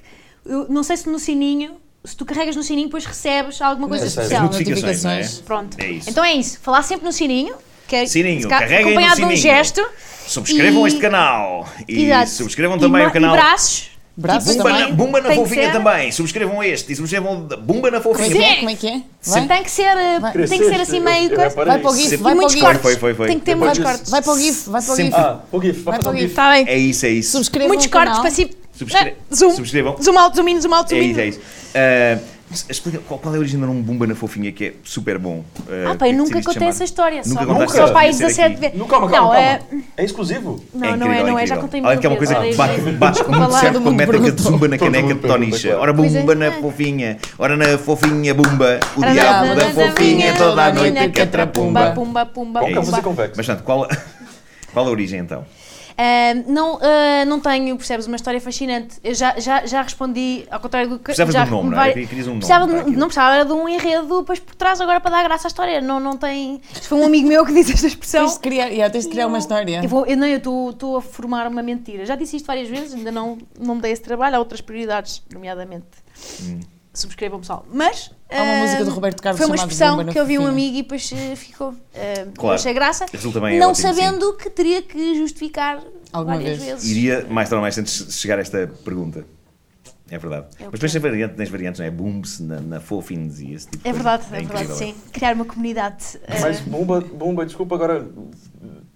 Eu não sei se no sininho, se tu carregas no sininho, depois recebes alguma coisa Não sei. especial. Notificações, não é? Pronto. É isso. Então é isso. Falar sempre no sininho. Que é, Sininho, se ca- carreguem no Acompanhado de um sininho. gesto. Subscrevam E- este canal! E Exato. subscrevam E também ma- o canal. E braços. Tipo, Braços Bumba na, também? Bumba na Tem que fofinha ser. também! Subscrevam este e subscrevam o da Bumba na fofinha! Como é que é? Como é que é? Vai? Tem que ser, eh, Vai. tem que ser assim meio coisa. Vai para o Sim. GIF, E vai para o muitos GIF. cortes. Foi, foi, foi. Tem que ter um Depois muitos disso- cortes. Vai para o GIF, vai para o Sempre. GIF. Ah, o GIF, vai Vai fazer para o o GIF. Está Tá bem. É isso, é isso. Subscrevam Muitos o canal. cortes para si. Subscre- Ah, Zoom. subscrevam. Zoom alto, zoom in, zoom alto, zoom É in. isso, é isso. Ah, mas explica qual, qual é a origem de um Bumba na fofinha que é super bom. Ah, é pá, eu nunca contei essa história. Nunca história. só, contaste, só para aí devia ser 17 aqui. vezes. Não, calma, calma, Não, calma. é- É exclusivo? Não, não é, incrível, não é, já incrível. contei Olha muito. que é uma coisa que bate, bate Desculpa muito lá. certo com a Todo mundo métrica de perguntou. zumba na Todo caneca de mundo Tony. perguntou, claro. Ora Pois é. bumba na fofinha, ora na fofinha bumba, o Ora na diabo da bumba da fofinha minha toda a noite menina que atrapumba. Pumba, pumba, pumba, Qual que é a pumba. música convexa? Mas portanto, qual, a- <laughs> qual a origem então? Ah, não, ah, não tenho, percebes, uma história fascinante. Eu já, já, já respondi, ao contrário do que. Precisavas já, de um nome, não é? vari- Querias- querias um nome precisava de- para aquilo. não precisava era de um enredo, pois por trás, agora para dar graça à história. Não, não tem. Isto foi um amigo meu que disse esta expressão. Tens de criar, yeah, tens de criar uma história. Eu, vou, eu, não, eu estou estou a formar uma mentira. Já disse isto várias vezes, ainda não, não me dei esse trabalho, há outras prioridades, nomeadamente. Hum. Subscrevam, pessoal. Mas. Há uma ah, música do Roberto Carlos Foi uma chamada expressão Bomba na que eu vi um Fofinha. amigo e depois eh, ficou. Ah, Claro. Achei graça. Resulta bem, é não ótimo, sim. sabendo que teria que justificar Alguma várias vez. vezes. Iria mais tarde ou mais cedo chegar a esta pergunta. É verdade. Mas depois tem variante, tens variantes, não é? Booms na, na fofins e esse tipo de É coisa. verdade, é, verdade, incrível, É sim. Criar uma comunidade. eh, Mas Bumba, Bumba, desculpa agora,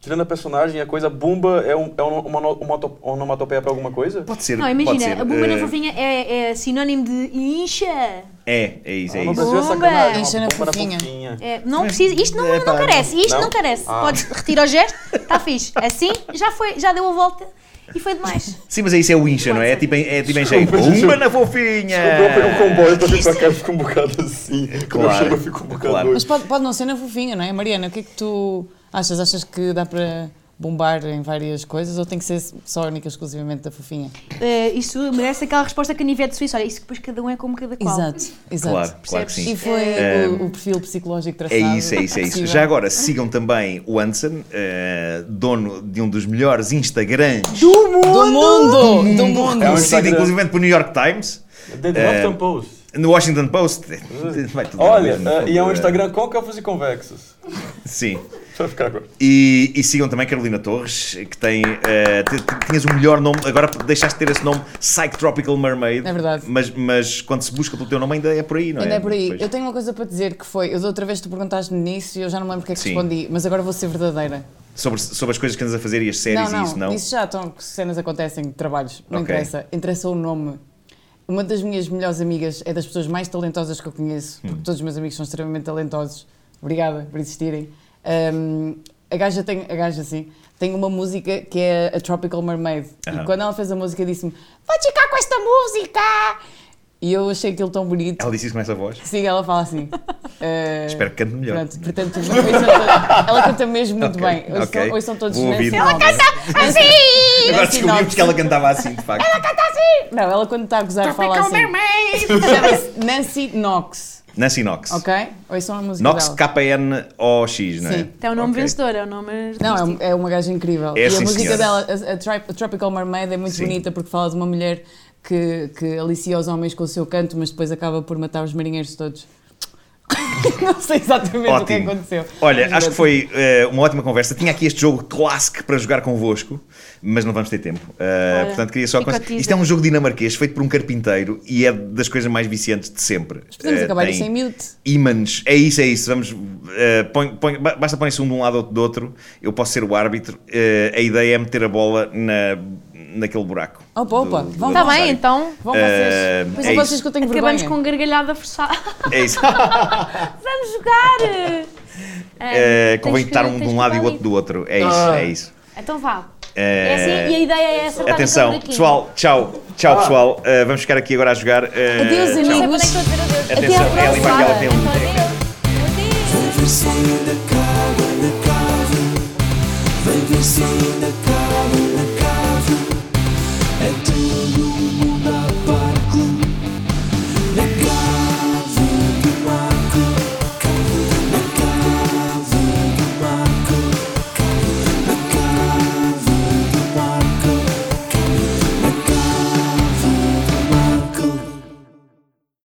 tirando a personagem, a coisa, Bumba é, um, é um- uma, no- uma to- onomatopeia pra alguma coisa? Pode ser. não, pode imagina, ser. a bomba na Eh, fofinha é, é sinónimo de incha. É, é isso, é Ah, no isso. Brasil é sacanagem, Enche na uma bomba na fofinha. fofinha. É, não precisa, isto não, não carece, isto não, Não? carece. Ah. Podes retirar o gesto, está fixe. Assim já foi, já deu a volta e foi demais. Sim, mas é isso é o incha, não é? É tipo em, é tipo em jeito. Desculpa, Bumba desculpa. na fofinha! Desculpa, eu pego um comboio pra ver sua cara fica um bocado assim. Quando eu Claro, chego, eu fico um bocado claro. Mas doido. pode, pode não ser na fofinha, não é? Mariana, o que é que tu achas? Achas que dá para bombar em várias coisas ou tem que ser só única exclusivamente da fofinha? Eh, isso merece aquela resposta canivete suíço. Olha, isso depois cada um é como cada qual. Exato, exato. Claro, claro que E sim. foi o, o perfil psicológico traçado. É isso, é isso, é isso. possível. Já agora, sigam também o Anson, eh, dono de um dos melhores Instagrams Do mundo! Do mundo! Do mundo! É um conhecido Instagram. inclusive pelo New York Times, The Huffington Post. no Washington Post. <laughs> Vai tudo ao Olha, mesmo. eh, e é um Instagram côncavos e convexos. Sim. Deixa eu ficar agora. E, e sigam também Carolina Torres, que tem. eh, t- t- tinhas o melhor nome, agora deixaste de ter esse nome Psych Tropical Mermaid. É verdade. Mas, mas quando se busca pelo teu nome ainda é por aí, não é? Ainda é por aí. Pois. Eu tenho uma coisa para dizer que foi. Eu da outra vez tu perguntaste-me nisso e eu já não me lembro o que é que Sim. respondi, mas agora vou ser verdadeira. Sobre, sobre as coisas que andas a fazer e as séries não, não, e isso, não? já estão, que cenas acontecem, trabalhos, não Ok. interessa. Interessa o nome. O Uma das minhas melhores amigas é das pessoas mais talentosas que eu conheço, Hum. porque todos os meus amigos são extremamente talentosos. Obrigada por existirem. Ahm, a gaja tem, a gaja sim, tem uma música que é a Tropical Mermaid. Aham. E quando ela fez a música disse-me: vai ficar com esta música! E eu achei aquilo tão bonito. Ela disse isso com essa voz. Sim, ela <laughs> fala assim. eh, Espero que cante melhor. Pronto, portanto, <laughs> ouçam to- ela canta mesmo muito Ok, bem. Ouçam, ok. ouçam todos Vou os ouvir. Ela canta assim! Agora descobrimos que ela cantava assim, de facto. assim! Não, ela quando está a Tá gozar fala assim. Chama-se Nancy Knox, Nancy Knox. ok? Ouçam a música Knox dela. K-N-O-X, não é? Sim. É o nome Ok. vencedor, é o nome. Não, é um- é, uma gaja incrível. É, e a sim, música senhora. dela, a, a Tri- a Tropical Mermaid, é muito Sim. bonita porque fala de uma mulher que, que alicia os homens com o seu canto, mas depois acaba por matar os marinheiros todos. <laughs> Não sei <laughs> exatamente o que Ótimo. aconteceu. assim. Olha, Mas é acho que pronto. foi eh, uma ótima conversa. Tinha aqui este jogo clássico para jogar convosco, mas não vamos ter tempo. Eh, portanto, queria só. fica cons- o teaser. Isto é um jogo dinamarquês feito por um carpinteiro e é das coisas mais viciantes de sempre. Podemos Eh, acabar tem isto em mute. ímãs. É isso, é isso. Vamos, eh, põe- põe- ba- basta pôr-se um de um lado outro do outro. Eu posso ser o árbitro. Eh, a ideia é meter a bola na, naquele buraco. Opa, opa. Vão- Está adversário. bem, então. Vão Eh, vocês. Pois é é vocês isso. que eu um tenho Acabamos vergonha. com gargalhada forçada. <laughs> É isso. Vamos jogar! Eh, Ah, convém tens estar que- um de tens um que lado e o dar outro do outro. É isso, é isso. ali. Então vá. Eh, É assim, e a ideia é essa. Atenção, pessoal, tchau, Ah. tchau pessoal. Uh, vamos ficar aqui agora a jogar. uh, Adeus, tchau. amigos. Atenção, Até à é ali para aquela próxima. tem um. Adeus. Adeus. Travesseiro